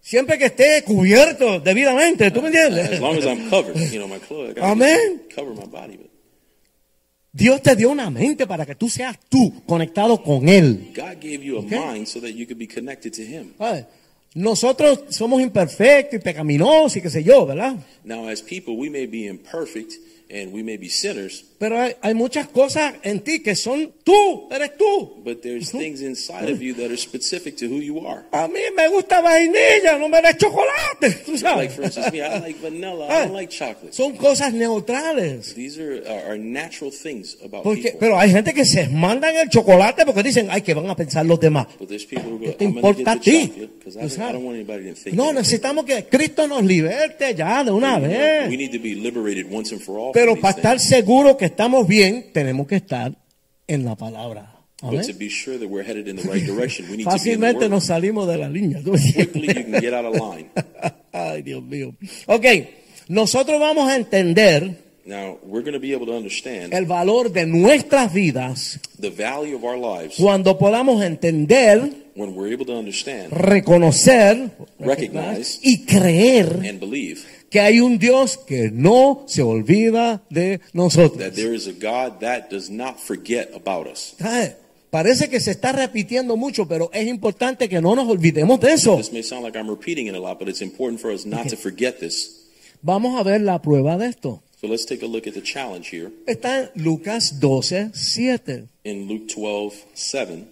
S2: Siempre que esté cubierto debidamente, ¿tú me
S3: As
S2: entiendes?
S3: long as I'm covered, you know, my clothes. I gotta
S2: Amen.
S3: Cover my body. But
S2: Dios te dio una mente para que tú seas tú conectado con Él.
S3: God gave you a
S2: Okay.
S3: mind so that you could be connected to Him.
S2: Padre, Nosotros somos imperfectos y pecaminosos y qué sé yo, ¿verdad?
S3: Now, as people, we may be imperfect and we may be sinners,
S2: Pero hay, hay muchas cosas en ti que son tú, eres tú.
S3: but there's
S2: Mm-hmm.
S3: things inside of you that are specific to who you are.
S2: A mí me gusta vainilla, no me da chocolate, tú
S3: Like,
S2: sabes.
S3: for instance, me, I like vanilla, I don't like chocolate.
S2: Son cosas neutrales.
S3: These are, are, are natural things about
S2: Porque,
S3: people.
S2: pero hay gente que se mandan el chocolate porque dicen, ay, que van a pensar los demás.
S3: but there's people who go,
S2: ¿Qué te
S3: I'm going to
S2: importa a
S3: get the
S2: ti?
S3: chocolate because I,
S2: Tú
S3: don't- I
S2: sabes.
S3: don't want anybody to think
S2: No,
S3: that.
S2: necesitamos que Cristo nos liberte ya de una
S3: You know, We
S2: vez.
S3: need to be liberated once and for all. from
S2: Pero
S3: these
S2: para estar
S3: things.
S2: seguros que estamos bien, tenemos que estar en la palabra.
S3: But to
S2: Amén.
S3: be sure that we're headed in the right direction, we need to be in the
S2: eh. Fácilmente
S3: Word.
S2: nos salimos de la línea. ¿tú me
S3: Quickly, you can
S2: entiendes?
S3: get out of line.
S2: Ay, Dios mío. Ok, nosotros vamos a entender
S3: Now, we're going to be able to understand
S2: el valor de nuestras vidas
S3: the value of our lives
S2: cuando podamos entender,
S3: when we're able to understand
S2: reconocer
S3: Recognize.
S2: y creer
S3: and believe
S2: que hay un Dios que no se olvida de nosotros.
S3: that there is a God that does not forget about us.
S2: Ay, Parece que se está repitiendo mucho, pero es importante que no nos olvidemos de eso.
S3: This may sound like I'm repeating it a lot, but it's important for us not to forget this.
S2: Vamos a ver la prueba de esto.
S3: So let's take a look at the challenge here
S2: Está en Lucas 12, 7.
S3: in Luke 12, 7.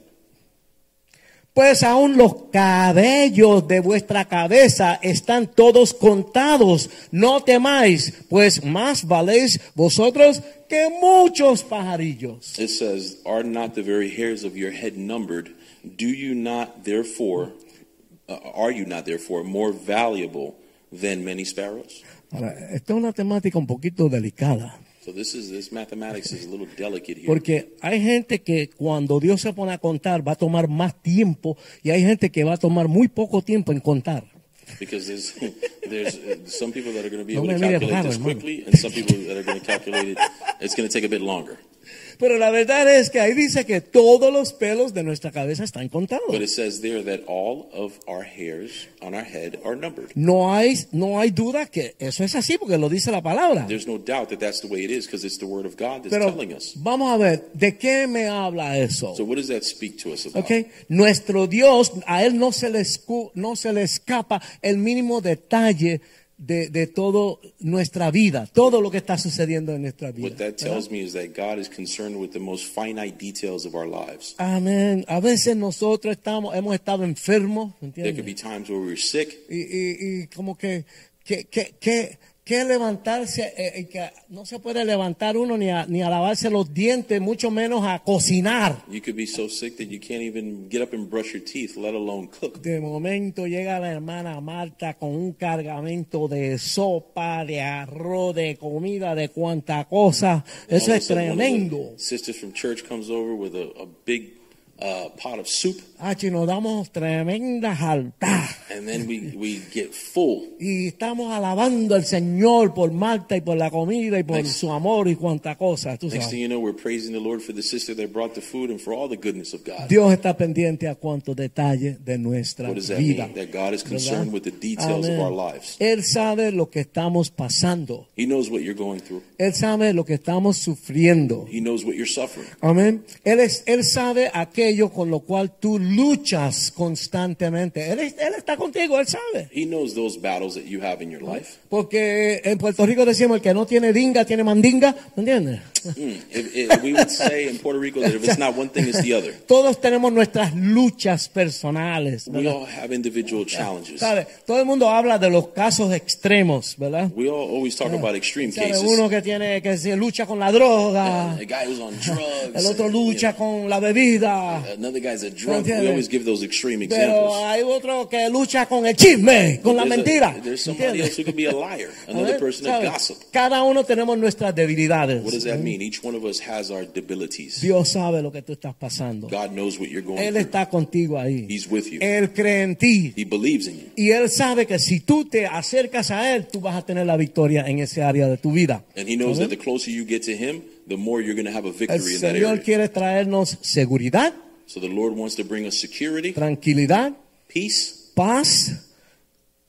S2: Pues aún los cabellos de vuestra cabeza están todos contados. No temáis, pues más valéis vosotros que muchos pajarillos.
S3: It says, Are not the very hairs of your head numbered? Do you not therefore, uh, are you not therefore more valuable than many sparrows?
S2: Ahora, esta es una temática un poquito delicada.
S3: So this is this mathematics is a little delicate here.
S2: Porque hay gente que cuando Dios se pone a contar va a tomar más tiempo y hay gente que va a tomar muy poco tiempo en contar.
S3: Because there's there's uh, some people that are going to be
S2: No
S3: able
S2: me
S3: to
S2: mires
S3: calculate
S2: raro,
S3: this
S2: hermano.
S3: quickly, and some people that are going to calculate it. It's going to take a bit longer.
S2: Pero la verdad es que ahí dice que todos los pelos de nuestra cabeza están
S3: But
S2: contados.
S3: it says there that all of our hairs on our head are numbered.
S2: No hay, no hay duda que eso es así porque lo dice la palabra.
S3: There's no doubt that that's the way it is because it's the word of God that's
S2: Pero
S3: telling us.
S2: vamos a ver, ¿de qué me habla eso?
S3: So what does that speak to us about?
S2: Ok, Nuestro Dios, a Él no se le, escu- no se le escapa el mínimo detalle de, de toda nuestra vida, todo lo que está sucediendo en nuestra vida.
S3: What that
S2: ¿verdad?
S3: tells me is that God is concerned with the most finite details of our lives.
S2: Amén. A veces nosotros estamos, hemos estado enfermos, ¿me
S3: There could
S2: ¿entiendes?
S3: be times where we were sick.
S2: Y, y, y como que, que, que, que, que levantarse, eh, eh, que no se puede levantar uno ni a, ni a lavarse los dientes, mucho menos a cocinar.
S3: You could be so sick that you can't even get up and brush your teeth, let alone cook.
S2: De momento llega la hermana Marta con un cargamento de sopa, de arroz, de comida, de cuanta cosa. Eso
S3: All of a
S2: es
S3: sudden, one of the
S2: tremendo.
S3: Sisters from church comes over with a, a big uh, pot of soup,
S2: Ah, y nos damos tremendas altas.
S3: and then we, we get full.
S2: Y estamos alabando al Señor por Marta y por la comida y por
S3: Next.
S2: su amor y cuanta cosa. Tú
S3: Next
S2: sabes.
S3: thing you know, we're praising the Lord for the sister that brought the food and for all the goodness of God.
S2: Dios está pendiente a cuántos detalles de nuestra
S3: What does that
S2: vida.
S3: mean? That God is
S2: ¿verdad?
S3: concerned with the details of
S2: Amén.
S3: our lives.
S2: Él sabe lo que estamos pasando.
S3: He knows what you're going through.
S2: Él sabe lo que estamos sufriendo.
S3: He knows what you're suffering.
S2: Amén. Él, es, él sabe aquello con lo cual tú luchas constantemente. Él, es- él está contigo, él sabe.
S3: He knows those battles that you have in your life.
S2: Porque en Puerto Rico decimos, el que no tiene dinga, tiene mandinga. ¿Me entiendes?
S3: If, if we would say in Puerto Rico that if it's not one thing, it's the other.
S2: Todos tenemos nuestras luchas personales.
S3: We
S2: ¿verdad?
S3: all have individual challenges.
S2: ¿Sabe? Todo el mundo habla de los casos extremos, ¿verdad?
S3: We all always talk about extreme
S2: ¿Sabe?
S3: cases.
S2: Uno que tiene que se lucha con la droga,
S3: A guy who's on drugs.
S2: el otro
S3: and, you
S2: lucha con la bebida,
S3: know, another guy's a drunk.
S2: ¿Entiendes?
S3: We always give those extreme examples.
S2: pero hay otro que lucha con el chisme, con la
S3: There's a-
S2: mentira.
S3: there's somebody
S2: ¿entiendes?
S3: else who could be a liar.
S2: A
S3: Another
S2: ver,
S3: person that
S2: ¿sabe?
S3: gossip.
S2: Cada uno tenemos nuestras debilidades.
S3: What does that mean? Each one of us has our debilities.
S2: Dios sabe lo que tú estás pasando.
S3: God knows what you're going
S2: Él
S3: through.
S2: está contigo ahí.
S3: He's with you.
S2: Él cree en ti.
S3: He believes in you.
S2: Y Él sabe que si tú te acercas a Él, tú vas a tener la victoria en ese área de tu vida.
S3: And he knows
S2: Amén.
S3: that the closer you get to him, the more you're going to have a
S2: El
S3: victory in that
S2: Señor
S3: area.
S2: quiere traernos seguridad,
S3: So the Lord wants to bring us security,
S2: tranquilidad,
S3: peace,
S2: paz,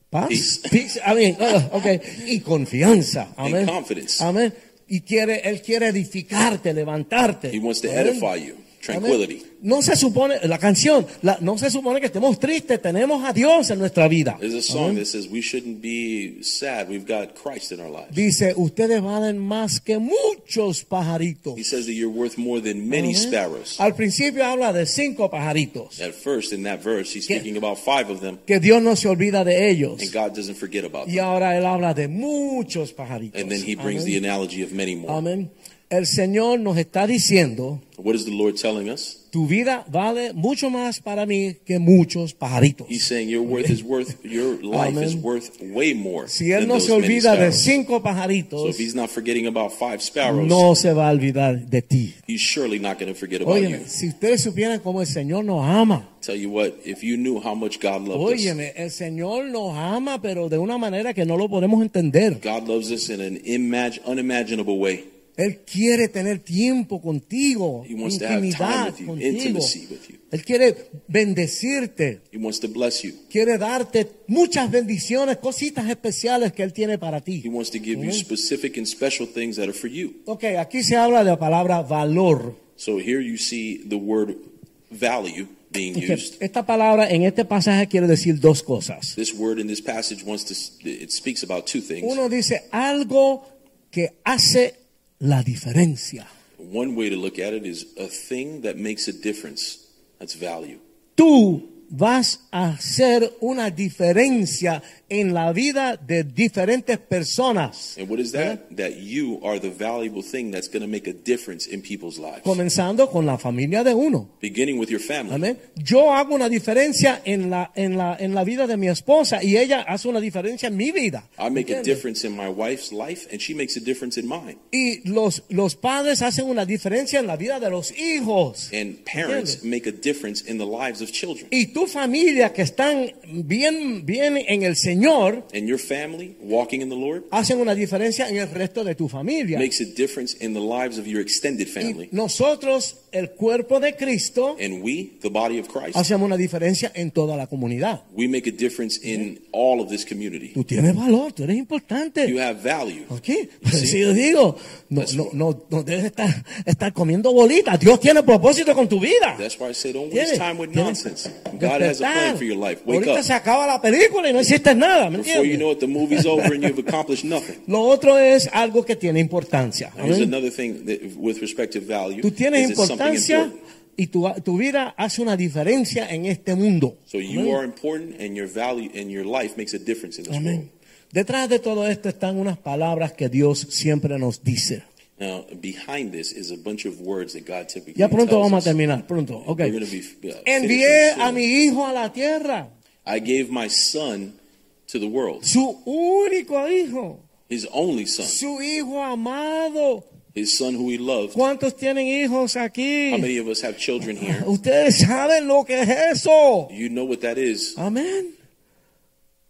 S2: paz,
S3: Peace.
S2: peace, amén, ah, okay, y confianza,
S3: and
S2: amén,
S3: confidence.
S2: amén. Y quiere, él quiere edificarte, levantarte.
S3: He wants to
S2: Amén.
S3: edify you. Tranquility.
S2: Amén. No se supone la canción, la- no se supone que estemos tristes, tenemos a Dios en nuestra vida.
S3: There's a song
S2: Amén.
S3: that says we shouldn't be sad. We've got Christ in our lives.
S2: Dice, ustedes valen más que muchos pajaritos.
S3: He says that you're worth more than many
S2: Amén.
S3: sparrows.
S2: Al principio habla de cinco pajaritos,
S3: At first, in that verse, he's
S2: Que-
S3: speaking about five of them,
S2: que Dios no se olvida de ellos.
S3: and God doesn't forget about
S2: Y
S3: them.
S2: ahora él habla de muchos pajaritos.
S3: And then he brings
S2: Amén.
S3: the analogy of many more.
S2: Amén. El Señor nos está diciendo,
S3: What is the Lord telling us?
S2: tu vida vale mucho más para mí que muchos pajaritos.
S3: He's saying your worth is worth your life is
S2: Amén.
S3: worth way more.
S2: Si Él
S3: than
S2: no
S3: those
S2: se
S3: many
S2: olvida de
S3: sparrows.
S2: cinco
S3: So
S2: pajaritos,
S3: if he's not forgetting about five sparrows,
S2: no se va a olvidar de ti.
S3: he's surely not going to forget about
S2: Óyeme,
S3: you.
S2: si ustedes supieran cómo el Señor nos ama.
S3: Tell you what, if you knew how much God loved us,
S2: Óyeme, el Señor nos ama, pero de una manera que no lo podemos entender.
S3: God loves us in an imag- unimaginable way.
S2: Él quiere tener tiempo contigo,
S3: He wants to have time
S2: intimidad
S3: with you,
S2: contigo.
S3: intimacy with you.
S2: Él quiere bendecirte.
S3: He wants to bless you.
S2: quiere darte muchas bendiciones, cositas especiales que Él tiene para
S3: He
S2: ti.
S3: wants to give you
S2: Amen.
S3: specific and special things that are for you.
S2: Ok, aquí se habla de la palabra valor.
S3: So here you see the word value being
S2: Ok,
S3: used.
S2: Esta palabra en este pasaje quiere decir dos cosas.
S3: This word in this passage wants to it speaks about two things.
S2: Uno dice algo que hace la diferencia.
S3: One way to look at it is a thing that makes a difference. That's value.
S2: Tú vas a hacer una diferencia en la vida de diferentes personas.
S3: And what is that? That you are the valuable thing that's going to make a difference in people's lives.
S2: Comenzando con la familia de uno.
S3: Beginning with your family.
S2: Amén. Yo hago una diferencia en la, en, la, en la vida de mi esposa y ella hace una diferencia en mi vida.
S3: I make a
S2: ¿Entiendes?
S3: difference in my wife's life, and she makes a difference in mine.
S2: Y los, los padres hacen una diferencia en la vida de los hijos.
S3: And parents
S2: ¿Entiendes?
S3: make a difference in the lives of children.
S2: Y tu familia que están bien, bien en el Señor
S3: And your family, walking in the Lord,
S2: hacen una diferencia en el resto de tu familia.
S3: makes a difference in the lives of your extended
S2: Y
S3: family.
S2: nosotros, el cuerpo de Cristo,
S3: And we, the body of Christ,
S2: hacemos una diferencia en toda la comunidad.
S3: we make a difference in all of this community.
S2: Tú tienes valor, tú eres
S3: You
S2: importante.
S3: have value.
S2: ¿Por qué? Pero
S3: Sí. Pues
S2: si yo digo, no,
S3: That's
S2: no,
S3: right.
S2: no, no debes estar, estar comiendo bolitas. Dios tiene propósito con tu vida.
S3: That's why I say don't
S2: ¿Entiendes?
S3: waste time with
S2: Tienes-
S3: nonsense. God has a plan
S2: despertar.
S3: for your life. Wake
S2: Ahorita
S3: up.
S2: se acaba la película y no hiciste nada. ¿me
S3: Before you
S2: entiendes?
S3: know it, the movie's over and you've accomplished nothing.
S2: Lo otro es algo que tiene importancia.
S3: Here's
S2: Amén.
S3: another thing that, with respect to value.
S2: Tú tienes
S3: is it's something
S2: importancia
S3: important.
S2: y tu, tu vida hace una diferencia en este mundo.
S3: So you are important, and your value and your life makes a difference in this
S2: Amén. Detrás de todo esto están unas palabras que Dios siempre nos dice.
S3: world. Now, behind this is a bunch of words that God typically
S2: Ya pronto
S3: tells
S2: vamos a
S3: us.
S2: terminar, pronto. ok.
S3: We're gonna be, uh,
S2: Envié
S3: finishing
S2: a
S3: soon.
S2: mi hijo a la tierra,
S3: I gave my son to the world,
S2: su único hijo,
S3: his only son,
S2: su hijo amado.
S3: his son who he loved.
S2: ¿Cuántos tienen hijos
S3: How
S2: aquí?
S3: many of us have children here?
S2: Ustedes saben lo que es eso.
S3: You know what that is.
S2: Amén.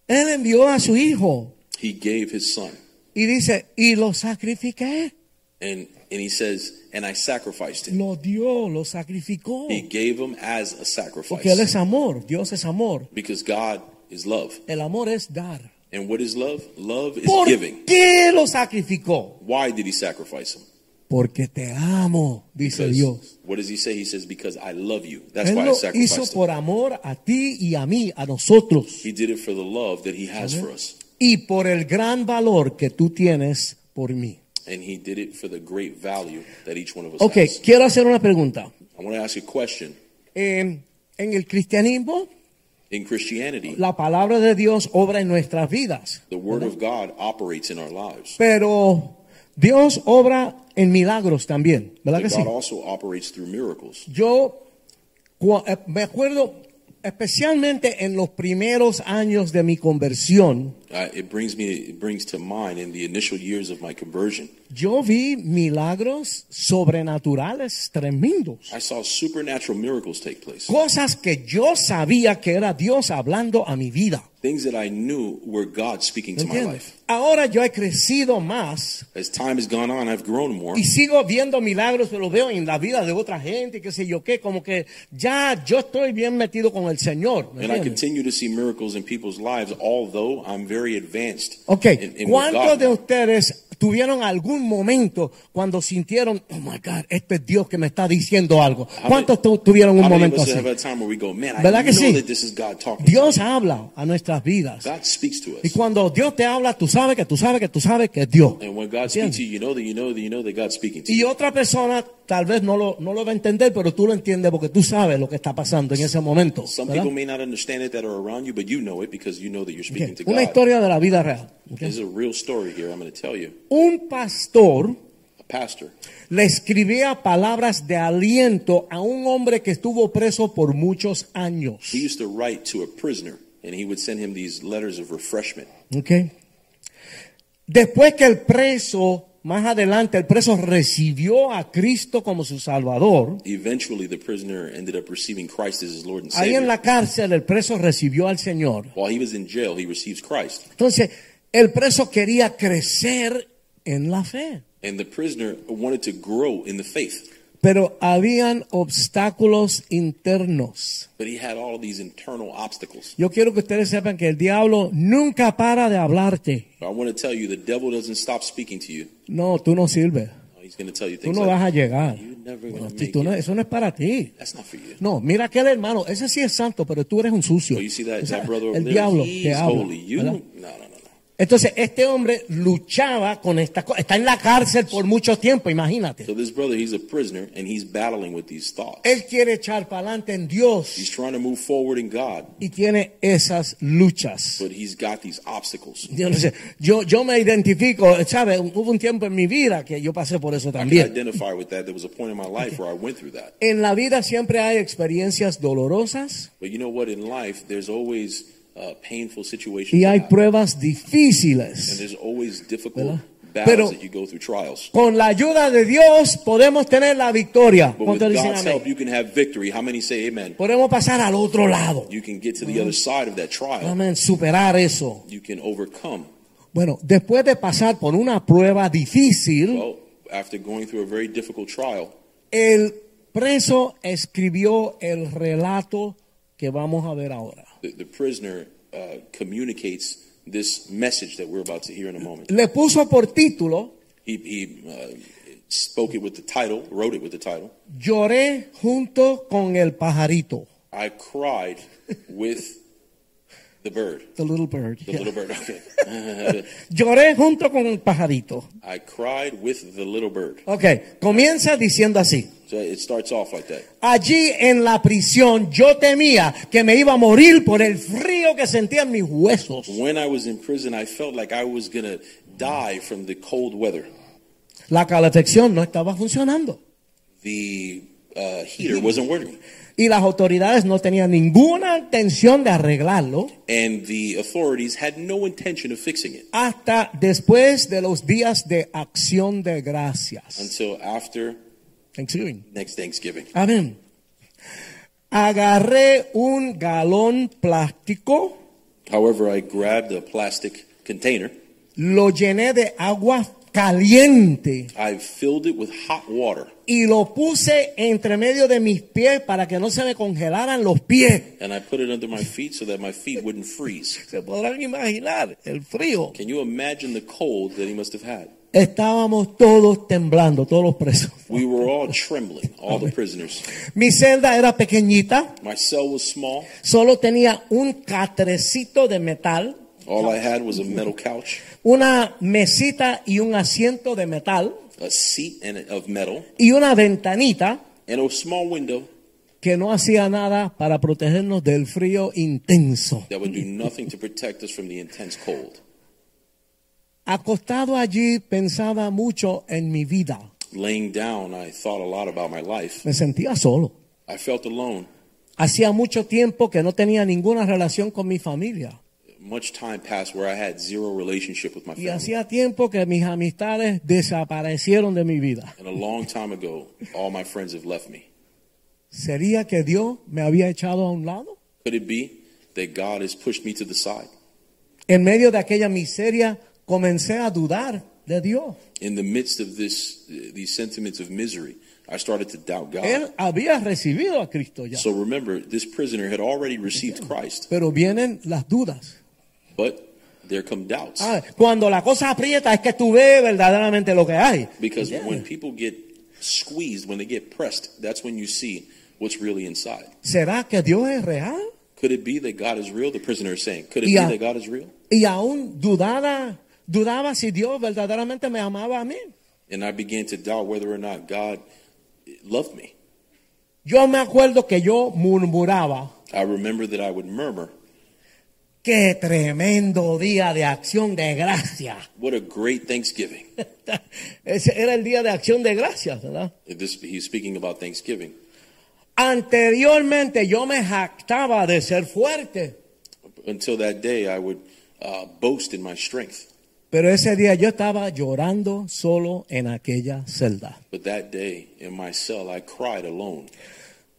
S2: Él envió a su hijo
S3: He gave his son.
S2: y dice, y lo sacrifiqué.
S3: And, and he says, and I sacrificed him.
S2: Lo dio, lo sacrificó.
S3: He gave him as a
S2: Porque Él
S3: sacrifice.
S2: es amor, Dios es amor.
S3: Because God is love.
S2: El amor es dar.
S3: And what is love? Love is
S2: ¿Por
S3: giving.
S2: qué lo sacrificó?
S3: Why did he sacrifice him?
S2: Porque te amo, dice Dios.
S3: what does he say? He says, because I love you. That's
S2: Él
S3: why I
S2: lo hizo
S3: sacrificed him.
S2: por amor a ti y a mí, a nosotros.
S3: He did it for the love that he has for us.
S2: Y por el gran valor que tú tienes por mí.
S3: And he did it for the great value that each one of us
S2: Ok,
S3: has.
S2: quiero hacer una pregunta.
S3: I want to ask you a question.
S2: Eh, en el cristianismo,
S3: In Christianity,
S2: la palabra de Dios obra en nuestras vidas.
S3: the word of God operates in our lives.
S2: Pero Dios obra en milagros también, ¿verdad
S3: But
S2: que sí?
S3: God also operates through miracles.
S2: Yo cua- eh, me acuerdo especialmente en los primeros años de mi conversión,
S3: Uh, it brings me, it brings to mind in the initial years of my conversion,
S2: yo vi milagros sobrenaturales tremendos.
S3: I saw supernatural miracles take place.
S2: Cosas que yo sabía que era Dios hablando a mi vida.
S3: Things that I knew were God speaking
S2: ¿Me
S3: to my
S2: entiendes?
S3: life.
S2: Ahora yo he crecido más
S3: As time has gone on, I've grown more.
S2: y sigo viendo milagros, pero veo en la vida de otra gente, qué sé yo qué, como que ya yo estoy bien metido con el Señor.
S3: And
S2: ¿me
S3: I
S2: entiendes?
S3: continue to see miracles in people's lives, although I'm very advanced.
S2: Ok,
S3: in, in with
S2: ¿cuántos
S3: God.
S2: de ustedes tuvieron algún momento cuando sintieron, oh my God, este es Dios que me está diciendo algo?
S3: How many-
S2: ¿Cuántos tu- tuvieron un
S3: how many of
S2: momento
S3: us
S2: así?
S3: have had a time where we go, man, I know
S2: ¿Verdad que sí?
S3: that this is God talking. to
S2: Dios
S3: me."
S2: habla a nuestras vidas.
S3: God speaks to
S2: Y
S3: us.
S2: cuando Dios te habla, tú sabes que tú sabes que tú sabes que es Dios.
S3: And when God speaks
S2: ¿Entiendes?
S3: to you, you know that you know that you know that God's speaking to
S2: Y
S3: you.
S2: otra persona tal vez no lo, no lo va a entender, pero tú lo entiendes porque tú sabes lo que está pasando en ese momento.
S3: Some
S2: ¿verdad?
S3: people may not understand it that are around you, but you know it because you know that you're
S2: Ok,
S3: speaking to
S2: Una
S3: God.
S2: historia de la vida real. ok.
S3: There's a real story here I'm going to tell you.
S2: Un pastor
S3: A pastor,
S2: le escribía palabras de aliento a un hombre que estuvo preso por muchos años.
S3: he used to write to a prisoner, and he would send him these letters of refreshment.
S2: ¿ok? Después que el preso, más adelante, el preso recibió a Cristo como su Salvador,
S3: Eventually, the prisoner ended up receiving Christ as his Lord and
S2: ahí
S3: Savior.
S2: en la cárcel el preso recibió al Señor.
S3: While he was in jail, he receives Christ.
S2: Entonces, el preso quería crecer en la fe,
S3: And the prisoner wanted to grow in the faith,
S2: pero habían obstáculos internos.
S3: but he had all these internal obstacles.
S2: Yo quiero que ustedes sepan que el diablo nunca para de hablarte.
S3: But I want to tell you, the devil doesn't stop speaking to you.
S2: No, tú no sirves.
S3: He's going to tell you
S2: Tú
S3: things
S2: no
S3: like,
S2: vas a llegar.
S3: "You're never
S2: No,
S3: gonna
S2: tú-
S3: make
S2: tú
S3: it."
S2: no- eso no es para ti.
S3: that's not for you.
S2: No, mira aquel hermano, ese sí es santo, pero tú eres un sucio.
S3: But you see that,
S2: O sea,
S3: that brother over
S2: el
S3: there,
S2: diablo
S3: he's
S2: te habla,
S3: holy. You,
S2: ¿verdad?
S3: no, no, no, no.
S2: Entonces este hombre luchaba con estas cosas. Está en la cárcel por mucho tiempo, imagínate.
S3: So this brother, he's a prisoner and he's battling with these thoughts.
S2: Él quiere echar para adelante en Dios
S3: He's trying to move forward in God,
S2: y tiene esas luchas.
S3: but he's got these obstacles.
S2: Yo, no sé, yo, yo me identifico, ¿sabes? Hubo un tiempo en mi vida que yo pasé por eso
S3: I can
S2: también.
S3: identify with that. There was a point in my life where I went through that.
S2: En la vida siempre hay experiencias dolorosas
S3: But you know what? In life, there's always uh, painful situations.
S2: y
S3: that
S2: hay
S3: happen.
S2: pruebas
S3: And
S2: difíciles.
S3: there's always difficult
S2: ¿Verdad?
S3: battles
S2: Pero-
S3: that you go through trials.
S2: Con la ayuda de Dios podemos tener la victoria.
S3: But with
S2: ¿Cuántos dicen
S3: God's
S2: amén?
S3: help, you can have victory. How many say amen?
S2: Podemos pasar al otro lado.
S3: You can get to the other side of that trial.
S2: Amén, superar eso.
S3: You can overcome.
S2: Bueno, después de pasar por una prueba difícil,
S3: Well, after going through a very difficult trial,
S2: el preso escribió el relato que vamos a ver ahora.
S3: the, the prisoner uh, communicates this message that we're about to hear in a moment.
S2: Le puso por título,
S3: He, he uh, spoke it with the title, wrote it with the title.
S2: Lloré junto con el pajarito.
S3: I cried with the bird.
S2: The little bird.
S3: The
S2: yeah.
S3: little bird. Okay.
S2: Lloré junto con el pajarito.
S3: I cried with the little bird.
S2: Ok, comienza diciendo así.
S3: So it starts off like that.
S2: Allí en la prisión yo temía que me iba a morir por el frío que sentía en mis huesos.
S3: When I was in prison, I felt like I was going to die from the cold weather.
S2: La calefacción no estaba funcionando.
S3: The uh, heater wasn't working,
S2: Y las autoridades no tenían ninguna intención de arreglarlo
S3: and the authorities had no intention of fixing it
S2: hasta después de los días de acción de gracias.
S3: until after
S2: Thanksgiving.
S3: next Thanksgiving.
S2: Amén. Agarré un galón plástico,
S3: However, I grabbed a plastic container.
S2: lo llené de agua caliente
S3: I filled it with hot water,
S2: y lo puse entre medio de mis pies para que no se me congelaran los pies.
S3: and I put it under my feet so that my feet wouldn't freeze.
S2: Se podrán imaginar el frío.
S3: Can you imagine the cold that he must have had?
S2: Estábamos todos temblando, todos los presos.
S3: We were all trembling, all the prisoners.
S2: Mi celda era pequeñita,
S3: My cell was small.
S2: solo tenía un catrecito de metal,
S3: All I had was a metal couch,
S2: una mesita y un asiento de metal
S3: a seat and of metal,
S2: y una ventanita
S3: and a small window
S2: que no hacía nada para protegernos del frío intenso.
S3: that would do nothing to protect us from the intense cold.
S2: Acostado allí pensaba mucho en mi vida.
S3: Laying down, I thought a lot about my life.
S2: Me sentía solo.
S3: I felt alone.
S2: Hacía mucho tiempo que no tenía ninguna relación con mi familia.
S3: Much time passed where I had zero relationship with my
S2: Y
S3: family.
S2: hacía tiempo que mis amistades desaparecieron de mi vida.
S3: And a long time ago, all my friends have left me.
S2: ¿Sería que Dios me había echado a un lado?
S3: Could it be that God has pushed me to the side?
S2: En medio de aquella miseria comencé a dudar de Dios.
S3: In the midst of this, these sentiments of misery, I started to doubt God.
S2: Él había recibido a Cristo ya.
S3: So remember, this prisoner had already received Christ,
S2: Pero vienen las dudas.
S3: but there come doubts.
S2: Ah, cuando la cosa aprieta es que tú ves verdaderamente lo que hay.
S3: Because
S2: Yeah.
S3: when people get squeezed, when they get pressed, that's when you see what's really inside.
S2: ¿Será que Dios es real?
S3: Could it be that God is real? The prisoner is saying. Could it
S2: Yeah.
S3: be that God is real?
S2: Y aún dudaba, dudaba si Dios verdaderamente me amaba a mí.
S3: And I began to doubt whether or not God loved me.
S2: Yo me acuerdo que yo murmuraba.
S3: I remember that I would murmur,
S2: Qué tremendo día de acción de gracia.
S3: What a great Thanksgiving.
S2: Ese era el día de acción de gracias, ¿verdad?
S3: this, he's speaking about Thanksgiving.
S2: Anteriormente yo me jactaba de ser fuerte,
S3: Until that day, I would uh, boast in my strength.
S2: pero ese día yo estaba llorando solo en aquella celda.
S3: But that day in my cell, I cried alone.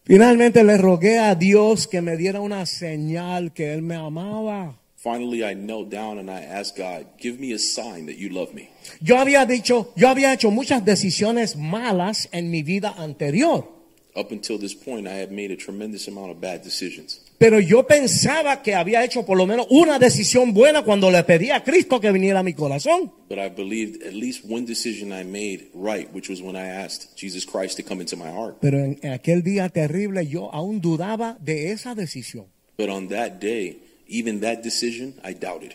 S2: Finalmente le rogué a Dios que me diera una señal que Él me amaba.
S3: Finally, I knelt down and I asked God, Give me a sign that you love me.
S2: Yo había dicho, yo había hecho muchas decisiones malas en mi vida anterior,
S3: Up until this point, I had made a tremendous amount of bad decisions.
S2: pero yo pensaba que había hecho por lo menos una decisión buena cuando le pedí a Cristo que viniera a mi corazón.
S3: But I believed at least one decision I made right, which was when I asked Jesus Christ to come into my heart.
S2: Pero en aquel día terrible yo aún dudaba de esa decisión.
S3: But on that day, even that decision, I doubted.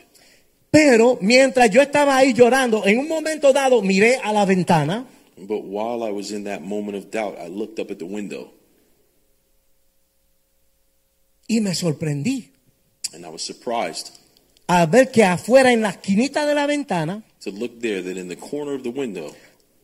S2: Pero mientras yo estaba ahí llorando, en un momento dado miré a la ventana
S3: But while I was in that moment of doubt, I looked up at the window
S2: y me sorprendí
S3: and I was surprised
S2: al ver que afuera en la esquinita de la ventana
S3: to look there that in the corner of the window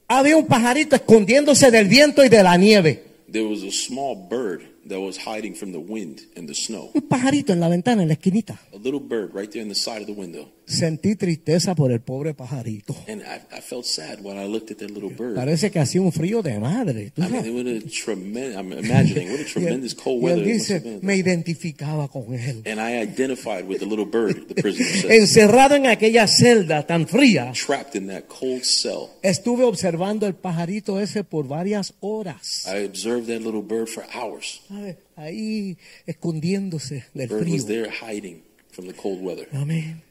S2: había un pajarito escondiéndose del viento y de la nieve.
S3: there was a small bird that was hiding from the wind and the snow.
S2: Un pajarito en la ventana, en la esquinita.
S3: A little bird right there in the side of the window.
S2: Sentí tristeza por el pobre pajarito.
S3: And I, I felt sad when I looked at that little bird.
S2: Parece que hacía un frío de madre. ¿tú
S3: I mean,
S2: sabes?
S3: it would a tremendous, I'm imagining what a
S2: Y él-
S3: tremendous cold
S2: y él
S3: weather it must have
S2: dice,
S3: been.
S2: me identificaba con él.
S3: And I identified with the little bird, the prisoner says.
S2: Encerrado en aquella celda tan fría,
S3: Trapped in that cold cell.
S2: estuve observando el pajarito ese por varias horas.
S3: I observed that little bird for hours.
S2: ¿Sabe? Ahí escondiéndose del
S3: Bird was
S2: frío.
S3: there hiding from the cold weather.
S2: Amén.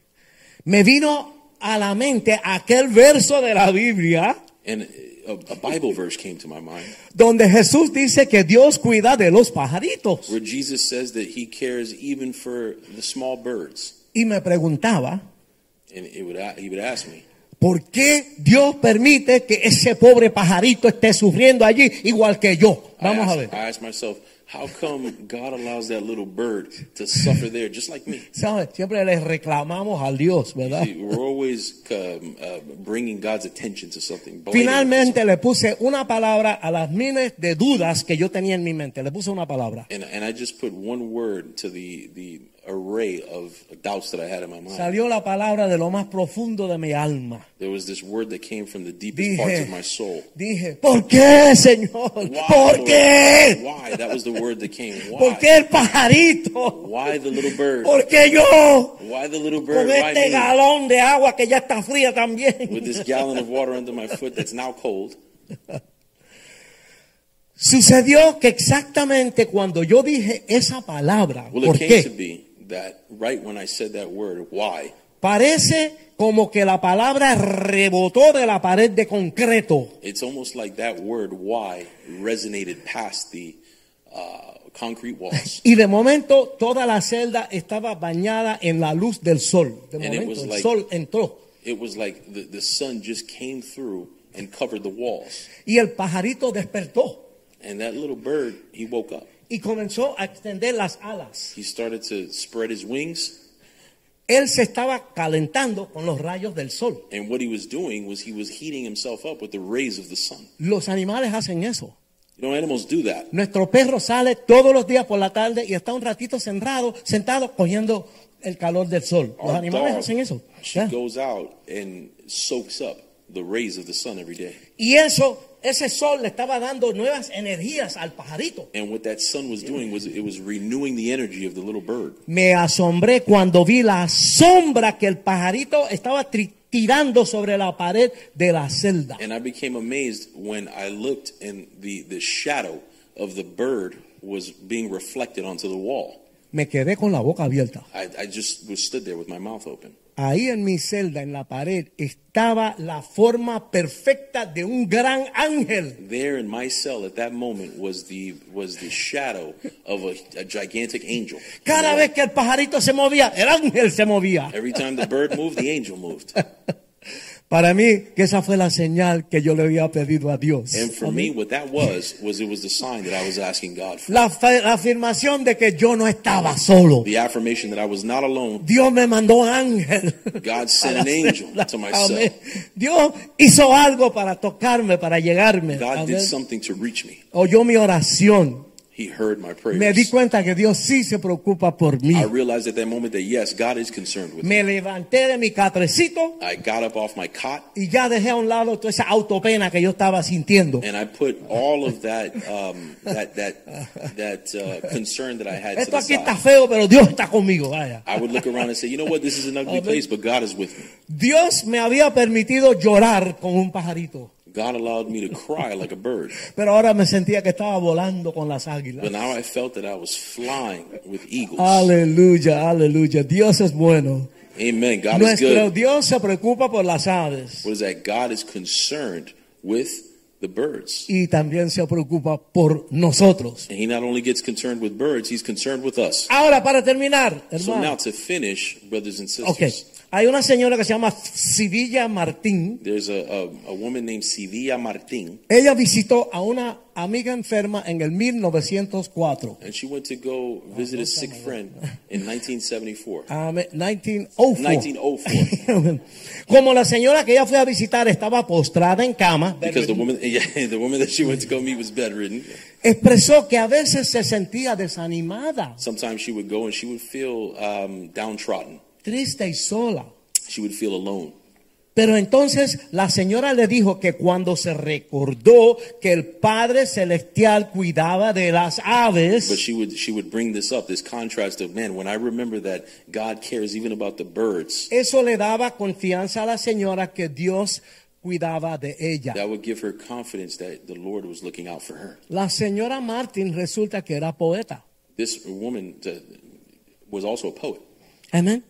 S2: Me vino a la mente aquel verso de la Biblia
S3: And a, a Bible verse came to my mind
S2: donde Jesús dice que Dios cuida de los pajaritos.
S3: where Jesus says that he cares even for the small birds.
S2: Y me preguntaba,
S3: And it would, a- he would ask me,
S2: ¿por qué Dios permite que ese pobre pajarito esté sufriendo allí igual que yo?
S3: I
S2: Vamos a
S3: asked,
S2: ver.
S3: I asked myself, how come God allows that little bird to suffer there just like me?
S2: ¿Sabe? Siempre le reclamamos a Dios, ¿verdad?
S3: See, we're always um, uh, bringing God's attention to something. blaming him for
S2: Finalmente le puse una palabra a las miles de dudas que yo tenía en mi mente. Le puse una palabra.
S3: And, and I just put one word to the, the array of doubts that I had in my mind.
S2: Salió la palabra de lo más profundo de mi alma.
S3: There was this word that came from the deepest parts
S2: Dije,
S3: of my soul.
S2: dije, ¿por qué, Señor?
S3: Why,
S2: ¿Por
S3: Lord?
S2: qué?
S3: Why? That was the word that came. Why?
S2: ¿Por qué el pajarito?
S3: Why the little bird?
S2: ¿Por qué yo?
S3: Why the little bird?
S2: Con
S3: Why
S2: este
S3: me?
S2: galón de agua que ya está fría también.
S3: With this gallon of water under my foot that's now cold.
S2: Sucedió que exactamente cuando yo dije esa palabra,
S3: Well,
S2: ¿por
S3: it came to
S2: qué?
S3: be that right when I said that word, why,
S2: Parece como que la palabra rebotó de la pared de concreto.
S3: it's almost like that word why resonated past the uh, concrete walls.
S2: Y de momento toda la celda estaba bañada en la luz del sol. De
S3: And it was
S2: momento el
S3: like-
S2: sol entró
S3: It was like the, the sun just came through and covered the walls.
S2: y el pajarito despertó
S3: And that little bird, he woke up.
S2: y comenzó a extender las alas.
S3: He started to spread his wings.
S2: Él se estaba calentando con los rayos del sol.
S3: And what he was doing was he was heating himself up with the rays of the sun.
S2: Los animales hacen eso.
S3: You know, animals do that.
S2: Nuestro perro sale todos los días por la tarde y está un ratito sentado, sentado cogiendo el calor del sol. Los
S3: Our
S2: animales
S3: dog,
S2: hacen eso.
S3: She
S2: ¿ya?
S3: goes out and soaks up the rays of the sun every day.
S2: Y eso, ese sol le estaba dando nuevas energías al pajarito.
S3: And what that sun was doing was it was renewing the energy of the little bird.
S2: Me asombré cuando vi la sombra que el pajarito estaba tri- tirando sobre la pared de la celda.
S3: And I became amazed when I looked and the, the shadow of the bird was being reflected onto the wall.
S2: Me quedé con la boca abierta.
S3: I, I just was stood there with my mouth open.
S2: Ahí en mi celda, en la pared, estaba la forma perfecta de un gran ángel.
S3: There in my cell at that moment was the was the shadow of a, a gigantic angel.
S2: Cada vez que el pajarito se movía, el ángel se movía.
S3: Every time the bird moved, the angel moved.
S2: Para mí, que esa fue la señal que yo le había pedido a Dios.
S3: And for me, what that was was it was the sign that I was asking God for.
S2: La, fa- la afirmación de que yo no estaba solo.
S3: The affirmation that I was not alone.
S2: Dios me mandó ángel.
S3: God sent an angel to my cell.
S2: Amén. Dios hizo algo para tocarme, para llegarme.
S3: God
S2: Amén.
S3: did something to reach me.
S2: Oyó mi oración.
S3: He heard my
S2: Me di
S3: prayers.
S2: cuenta que Dios sí se preocupa por mí.
S3: I realized at that moment that yes, God is concerned with me.
S2: Me levanté de mi catrecito
S3: I got up off my cot
S2: y ya dejé a un lado toda esa autopena que yo estaba sintiendo.
S3: and I put all of that um, that that that uh, concern that I had to the
S2: Esto aquí está
S3: side.
S2: feo, pero Dios está conmigo. Vaya.
S3: I would look around and say, you know what, this is an ugly
S2: Amén.
S3: place, but God is with me.
S2: Dios me había permitido llorar con un pajarito,
S3: God allowed me to cry like a bird,
S2: pero ahora me sentía que estaba volando con las águilas.
S3: but now I felt that I was flying with eagles.
S2: Aleluya, aleluya. Dios es bueno.
S3: Amen. God is
S2: Nuestro
S3: good.
S2: Dios se preocupa por las aves
S3: What is that? God is concerned with the birds.
S2: y también se preocupa por nosotros.
S3: And he not only gets concerned with birds, he's concerned with us.
S2: Ahora, para terminar,
S3: So now
S2: hermano.
S3: to finish, brothers and sisters.
S2: Ok, Hay una señora que se llama Sivilla Martín.
S3: There's a, a, a woman named Sevilla Martin,
S2: Ella visitó a una amiga enferma en el 1904.
S3: and she went to go visit a sick friend in 1974.
S2: Amén. 1904.
S3: 1904.
S2: Como la señora que ella fue a visitar estaba postrada en cama,
S3: Because the woman, yeah, the woman that she went to go meet was bedridden.
S2: expresó que a veces se sentía desanimada,
S3: Sometimes she would go and she would feel um, downtrodden.
S2: triste y sola.
S3: She would feel alone.
S2: Pero entonces la señora le dijo que cuando se recordó que el Padre Celestial cuidaba de las
S3: But
S2: aves,
S3: she would she would bring this up, this contrast of man. When I remember that God cares even about the birds,
S2: eso le daba confianza a la señora que Dios cuidaba de ella.
S3: that would give her confidence that the Lord was looking out for her.
S2: La señora Martin resulta que era poeta.
S3: This woman uh, was also a poet.
S2: Amén.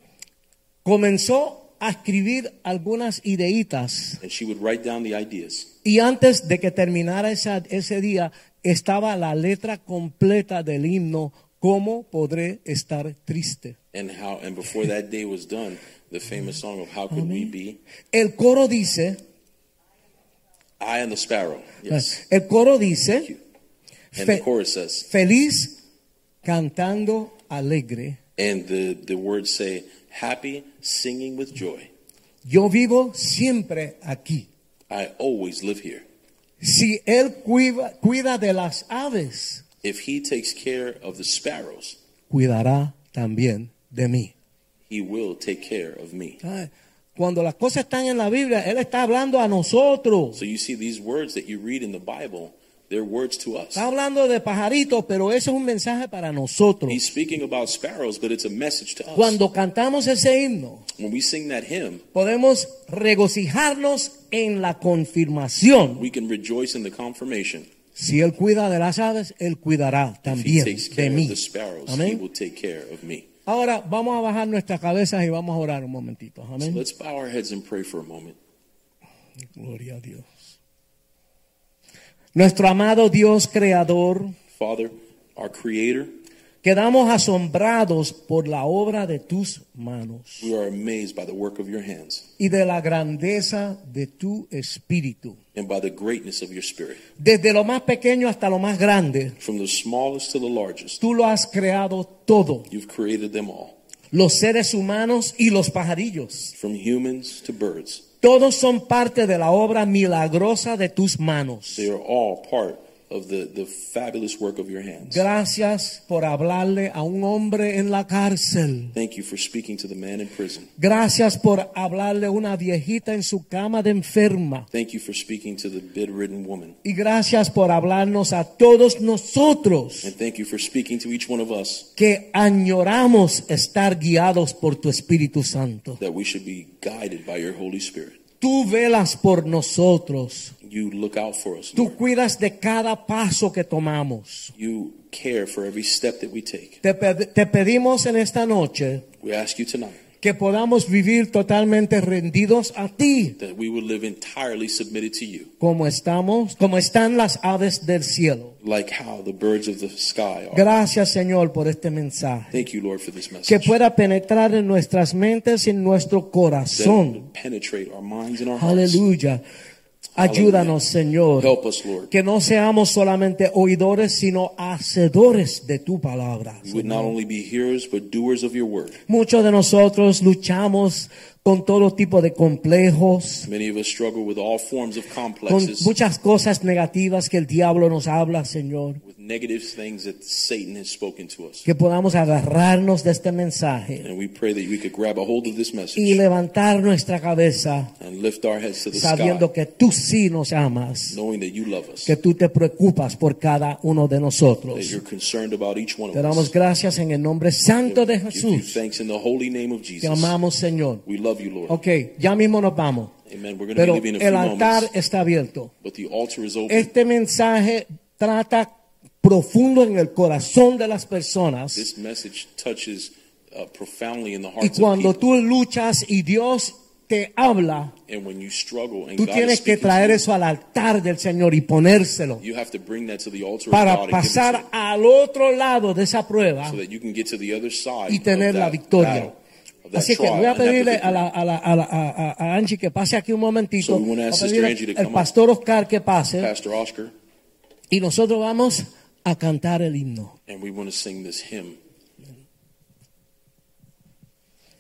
S2: Comenzó a escribir algunas ideitas
S3: and she would write down the ideas.
S2: y antes de que terminara esa- ese día estaba la letra completa del himno ¿Cómo podré estar triste?
S3: And how and before that day was done, the famous song of "How Could
S2: Mm-hmm.
S3: We Be,"
S2: El coro dice,
S3: I and the sparrow. Yes,
S2: el coro dice,
S3: and
S2: fe-
S3: the chorus says,
S2: feliz cantando alegre,
S3: and the the words say, "Happy singing with joy."
S2: yo vivo siempre aquí.
S3: I always live here.
S2: Si él cuida, cuida de las aves,
S3: If He takes care of the sparrows,
S2: cuidará también de mí.
S3: He will take care of me.
S2: Ay, Cuando las cosas están en la Biblia, Él está hablando a nosotros.
S3: So you see, these words that you read in the Bible, they're words to us.
S2: Está hablando de pajaritos, pero eso es un mensaje para nosotros.
S3: He's speaking about sparrows, but it's a message to us.
S2: Cuando cantamos ese himno,
S3: When we sing that hymn,
S2: podemos regocijarnos en la confirmación.
S3: we can rejoice in the confirmation.
S2: Si Él cuida de las aves, Él cuidará
S3: If he
S2: también
S3: takes
S2: de
S3: care of
S2: mí.
S3: the sparrows, he will
S2: Amén.
S3: take care of me.
S2: Ahora vamos a bajar nuestras cabezas y vamos a orar un momentito.
S3: So
S2: Amén.
S3: let's bow our heads and pray for a moment.
S2: Gloria a Dios. Nuestro amado Dios creador,
S3: Father, our Creator,
S2: quedamos asombrados por la obra de tus manos
S3: we are amazed by the work of your hands
S2: y de la grandeza de tu espíritu.
S3: and by the greatness of your Spirit.
S2: Desde lo más pequeño hasta lo más grande,
S3: From the smallest to the largest,
S2: tú lo has creado todo,
S3: you've created them all,
S2: los seres humanos y los pajarillos.
S3: from humans to birds.
S2: Todos son parte de la obra milagrosa de tus manos.
S3: They are all part of the, the fabulous work of your hands.
S2: Gracias por hablarle a un hombre en la cárcel.
S3: Thank you for speaking to the man in prison.
S2: Gracias por hablarle a una viejita en su cama de enferma.
S3: Thank you for speaking to the bedridden woman.
S2: Y gracias por hablarnos a todos nosotros
S3: And thank you for speaking to each one of us
S2: que añoramos estar guiados por tu Espíritu Santo.
S3: that we should be guided by your Holy Spirit.
S2: Tú velas por nosotros.
S3: You look out for us.
S2: Tú
S3: Lord.
S2: cuidas de cada paso que tomamos.
S3: You care for every step that we take.
S2: Te, ped- te pedimos en esta noche
S3: We ask you tonight
S2: que podamos vivir totalmente rendidos a ti,
S3: that we would live entirely submitted to you,
S2: como estamos, como están las aves del cielo.
S3: like how the birds of the sky are.
S2: Gracias, Señor, por este mensaje.
S3: Thank you, Lord, for this
S2: Que
S3: message.
S2: pueda penetrar en nuestras mentes y en nuestro
S3: That it would
S2: corazón.
S3: penetrate our minds and our hearts.
S2: Aleluya. Ayúdanos, Señor.
S3: Help us, Lord.
S2: Que no seamos solamente oidores, sino hacedores de tu palabra.
S3: We would not only be hearers, but doers of your word.
S2: Muchos de nosotros luchamos con todo tipo de complejos,
S3: Many of us struggle with all forms of
S2: con
S3: complexes,
S2: muchas cosas negativas que el diablo nos habla, Señor.
S3: with negative things that Satan has spoken to us.
S2: Que podamos agarrarnos de este mensaje
S3: And we pray that we could grab a hold of this
S2: y
S3: message
S2: levantar nuestra cabeza
S3: and lift our heads to the sky,
S2: sabiendo que tú sí nos amas,
S3: knowing that you love us,
S2: que tú te preocupas por cada uno de
S3: that
S2: nosotros.
S3: you're concerned about each one of
S2: Te damos
S3: us.
S2: gracias en el nombre santo de
S3: Give you
S2: Jesús.
S3: thanks in the holy name of
S2: Te
S3: Jesus.
S2: amamos, Señor.
S3: We love you, Lord.
S2: Ok, ya mismo nos vamos.
S3: Amen. We're going to be
S2: Pero
S3: leaving in a few
S2: el altar
S3: moments,
S2: está abierto.
S3: but the altar is open.
S2: Este mensaje trata profundo en el corazón de las personas.
S3: this message touches uh, profoundly in the
S2: Y
S3: hearts of
S2: cuando
S3: people.
S2: tú luchas y Dios te habla,
S3: and when you struggle and
S2: tú
S3: God is
S2: tienes que
S3: speaking
S2: traer
S3: to
S2: eso al altar del Señor y ponérselo
S3: you, you have to bring that to the altar of
S2: para
S3: God and give it to
S2: pasar al otro lado de esa prueba
S3: Him so that you can get to the other side
S2: y tener
S3: of
S2: la
S3: that
S2: victoria.
S3: battle. of that
S4: Así que
S3: trial.
S4: voy a
S3: and that
S4: pedirle a,
S3: particular-
S4: la, a, la, a, la, a, a- a Angie que pase aquí un momentito.
S3: So we wanna
S4: Voy a
S3: ask Sister
S4: pedirle
S3: Angie to
S4: al
S3: come
S4: pastor Oscar que pase
S3: Pastor Oscar,
S4: y nosotros vamos a cantar el himno.
S3: and we want to sing this hymn.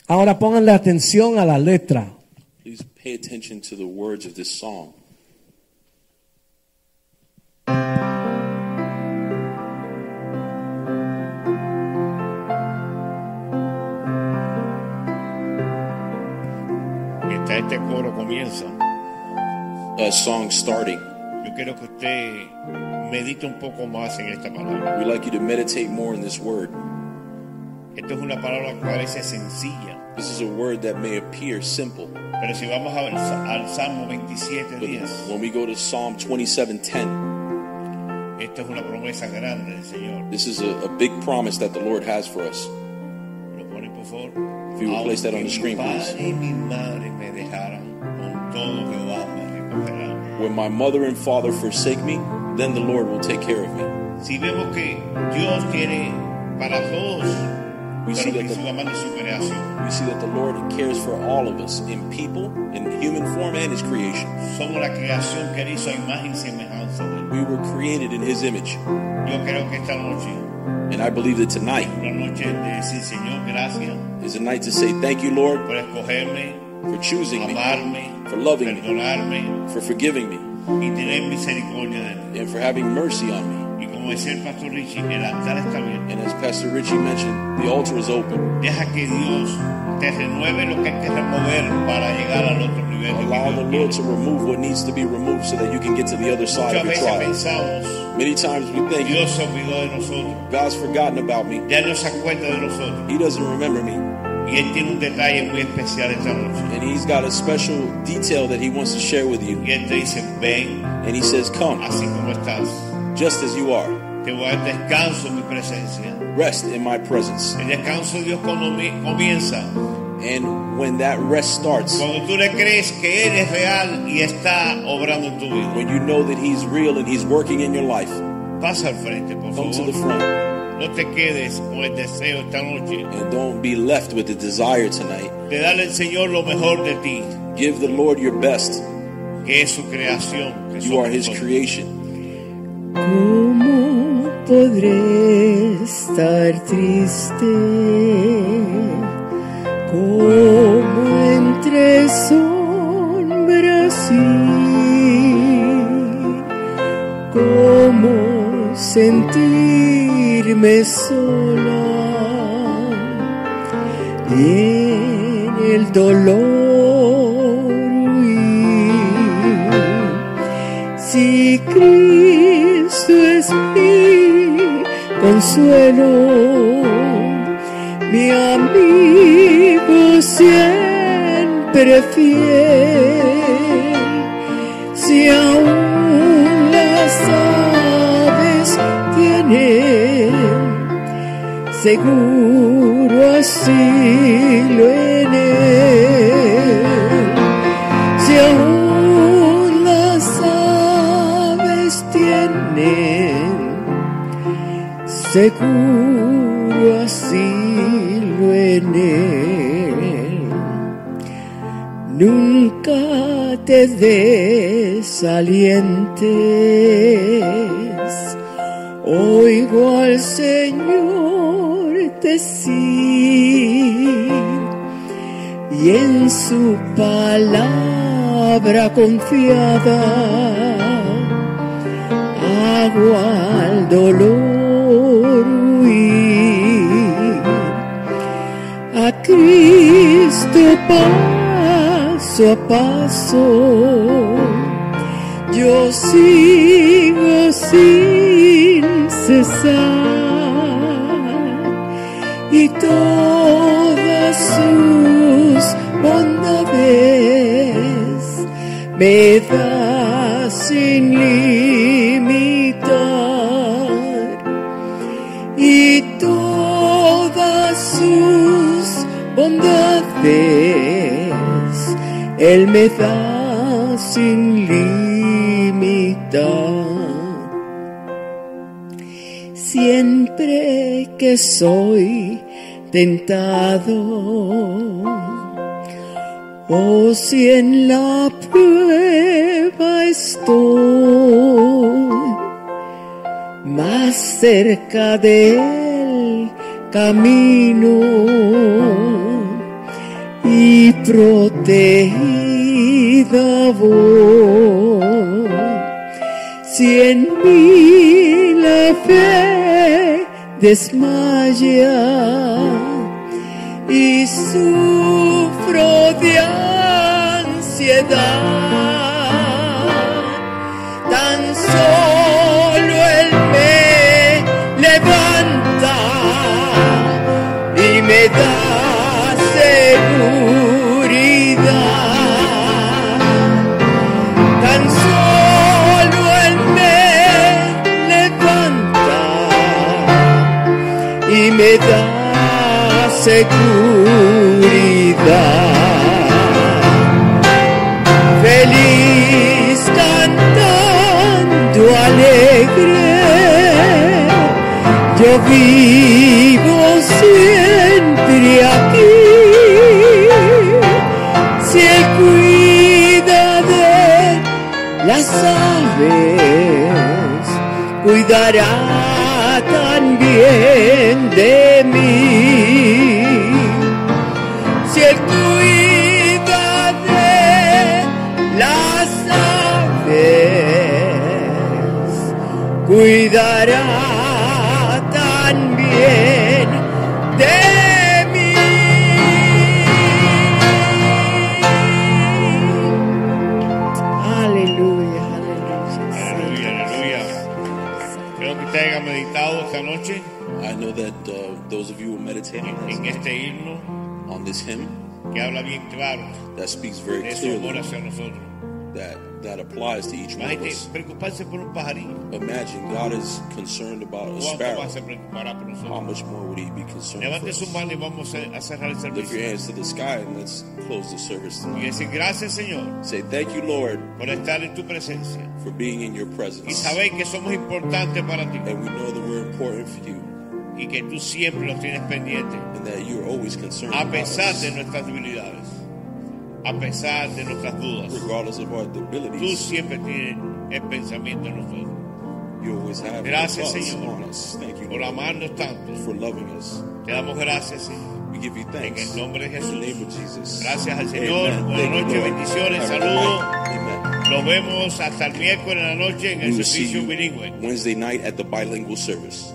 S4: Ahora pónganle atención a la letra.
S3: Please pay attention to the words of this song.
S5: Está este coro comienza.
S3: A song starting.
S5: Yo quiero que usted medite un poco más en esta palabra.
S3: We'd like you to meditate more in this word.
S5: Esto es una palabra que parece sencilla,
S3: This is a word that may appear simple,
S5: pero si vamos a ver al Salmo 27
S3: but
S5: días,
S3: when we go to Psalm 27:10,
S5: esta es una promesa grande del Señor.
S3: this is a, a big promise that the Lord has for us.
S5: Lo ponen por favor.
S3: If you would place that on the
S5: mi
S3: screen,
S5: padre
S3: please.
S5: y mi madre me dejaran, con todo Jehová me recogerá.
S3: When my mother and father forsake me, then the Lord will take care of me.
S5: Si vemos que Dios tiene para todos,
S3: We see
S5: pero
S3: that the,
S5: principalmente su creación,
S3: we see that the Lord cares for all of us in people, in human form, and His creation.
S5: somos la creación que Él hizo a imagen y semejanza de Él.
S3: We were created in His image,
S5: Yo creo que esta noche
S3: and I believe that tonight
S5: Una noche de decir, Señor, gracias
S3: is a night to say thank you, Lord,
S5: por escogerme,
S3: for choosing me,
S5: amarme,
S3: For loving me.
S5: perdonarme
S3: for forgiving me,
S5: y tener misericordia de mí.
S3: and for having mercy on me.
S5: Y como decía el pastor Richie, el altar está abierto.
S3: And as Pastor Richie mentioned, the altar is open.
S5: Deja que Dios te renueve lo que hay que remover para llegar al otro nivel. que
S3: Allow the
S5: Dios
S3: Lord
S5: quiere.
S3: to remove what needs to be removed so that you can get to the other side
S5: Muchas
S3: of your
S5: veces
S3: trial.
S5: pensamos,
S3: Many times we think
S5: Dios se olvidó de nosotros.
S3: God's forgotten about me.
S5: Ya no se acuerda de nosotros.
S3: He doesn't remember me.
S5: Y Él tiene un detalle muy especial esta noche.
S3: And He's got a special detail that He wants to share with you.
S5: Y Él te dice, ven,
S3: And He says, Come,
S5: así como estás.
S3: just as you are,
S5: Te voy a dar descanso en mi presencia.
S3: rest in my presence.
S5: El descanso de Dios cuando mi- comienza.
S3: And when that rest starts,
S5: Cuando tú le crees que Él es real y está obrando en tu vida.
S3: when you know that He's real and He's working in your life,
S5: Pasa al frente, por
S3: come to the
S5: favor.
S3: front
S5: No te quedes con el deseo esta noche
S3: and don't be left with the desire tonight.
S5: de darle al Señor lo mejor de ti,
S3: Give the Lord your best.
S5: que es su creación. que
S3: You
S5: somos
S3: are His
S5: nosotros.
S3: creation.
S2: ¿Cómo podré estar triste? Como entre sombras y cómo sentirme sola en el dolor huir. Si Cristo es mi consuelo, mi amigo siempre fiel, si aún las aves tienen seguro asilo en él si aún las aves tienen seguro asilo en él. Nunca te desalientes, oigo al Señor decir y en su palabra confiada hago al dolor huir. A Cristo paso a paso yo sigo sin cesar y todas sus bondades me da sin limitar y todas sus bondades él me da sin limitar siempre que soy
S6: tentado. Oh, si en la prueba estoy más cerca del camino y protegida voy. Si en mí la fe desmaya y sufro de ansiedad, tan solo Él me levanta y me da seguridad. Tan solo Él me levanta y me da seguridad feliz cantando alegre. Yo vivo siempre aquí. Si él cuida de las aves, cuidará también de mí si él cuida de las aves, cuidará también de mí. Aleluya, aleluya.
S5: Aleluya, aleluya. Creo que usted haya meditado esta noche
S3: I know that uh, those of you who meditated
S5: en, en este himno
S3: on this hymn,
S5: que habla bien claro
S3: that speaks very
S5: de su amor
S3: clearly
S5: hacia nosotros.
S3: that that applies to each one of
S5: Imagínate,
S3: us.
S5: preocuparse por un pajarillo.
S3: Imagine God is concerned about a
S5: ¿Cuánto
S3: sparrow.
S5: más se preocupará por
S3: How
S5: nosotros?
S3: much more would He be concerned for
S5: Levante su
S3: us?
S5: mano y vamos a a cerrar el
S3: Lift your
S5: servicio.
S3: hands to the sky and let's close the service
S5: Y
S3: tonight.
S5: decir gracias, Señor,
S3: Say thank you, Lord,
S5: por estar en tu presencia.
S3: for being in your
S5: Y
S3: presence.
S5: saber que somos importantes para ti
S3: And we know that we're important for you
S5: y que tú siempre nos tienes pendientes.
S3: and that you're always concerned
S5: A
S3: about
S5: pesar
S3: us.
S5: de nuestras debilidades, a pesar de nuestras dudas,
S3: Regardless of our
S5: tú
S3: abilities,
S5: siempre tienes el pensamiento en nosotros.
S3: you always have
S5: Gracias,
S3: thoughts
S5: Señor,
S3: on us. Thank you
S5: Por
S3: Lord,
S5: amarnos tanto,
S3: for loving us.
S5: te damos gracias, Señor.
S3: We give you
S5: En
S3: thanks.
S5: el nombre de
S3: In the name
S5: Jesús.
S3: of Jesus.
S5: Gracias al Señor.
S3: Amen.
S5: Buenas
S3: Thank you,
S5: noches,
S3: Lord.
S5: bendiciones,
S3: Have a good
S5: saludos.
S3: night. Amen.
S5: Nos vemos hasta el miércoles en la noche en
S3: We
S5: el
S3: will see
S5: servicio
S3: you
S5: bilingüe.
S3: Wednesday night at the bilingual service.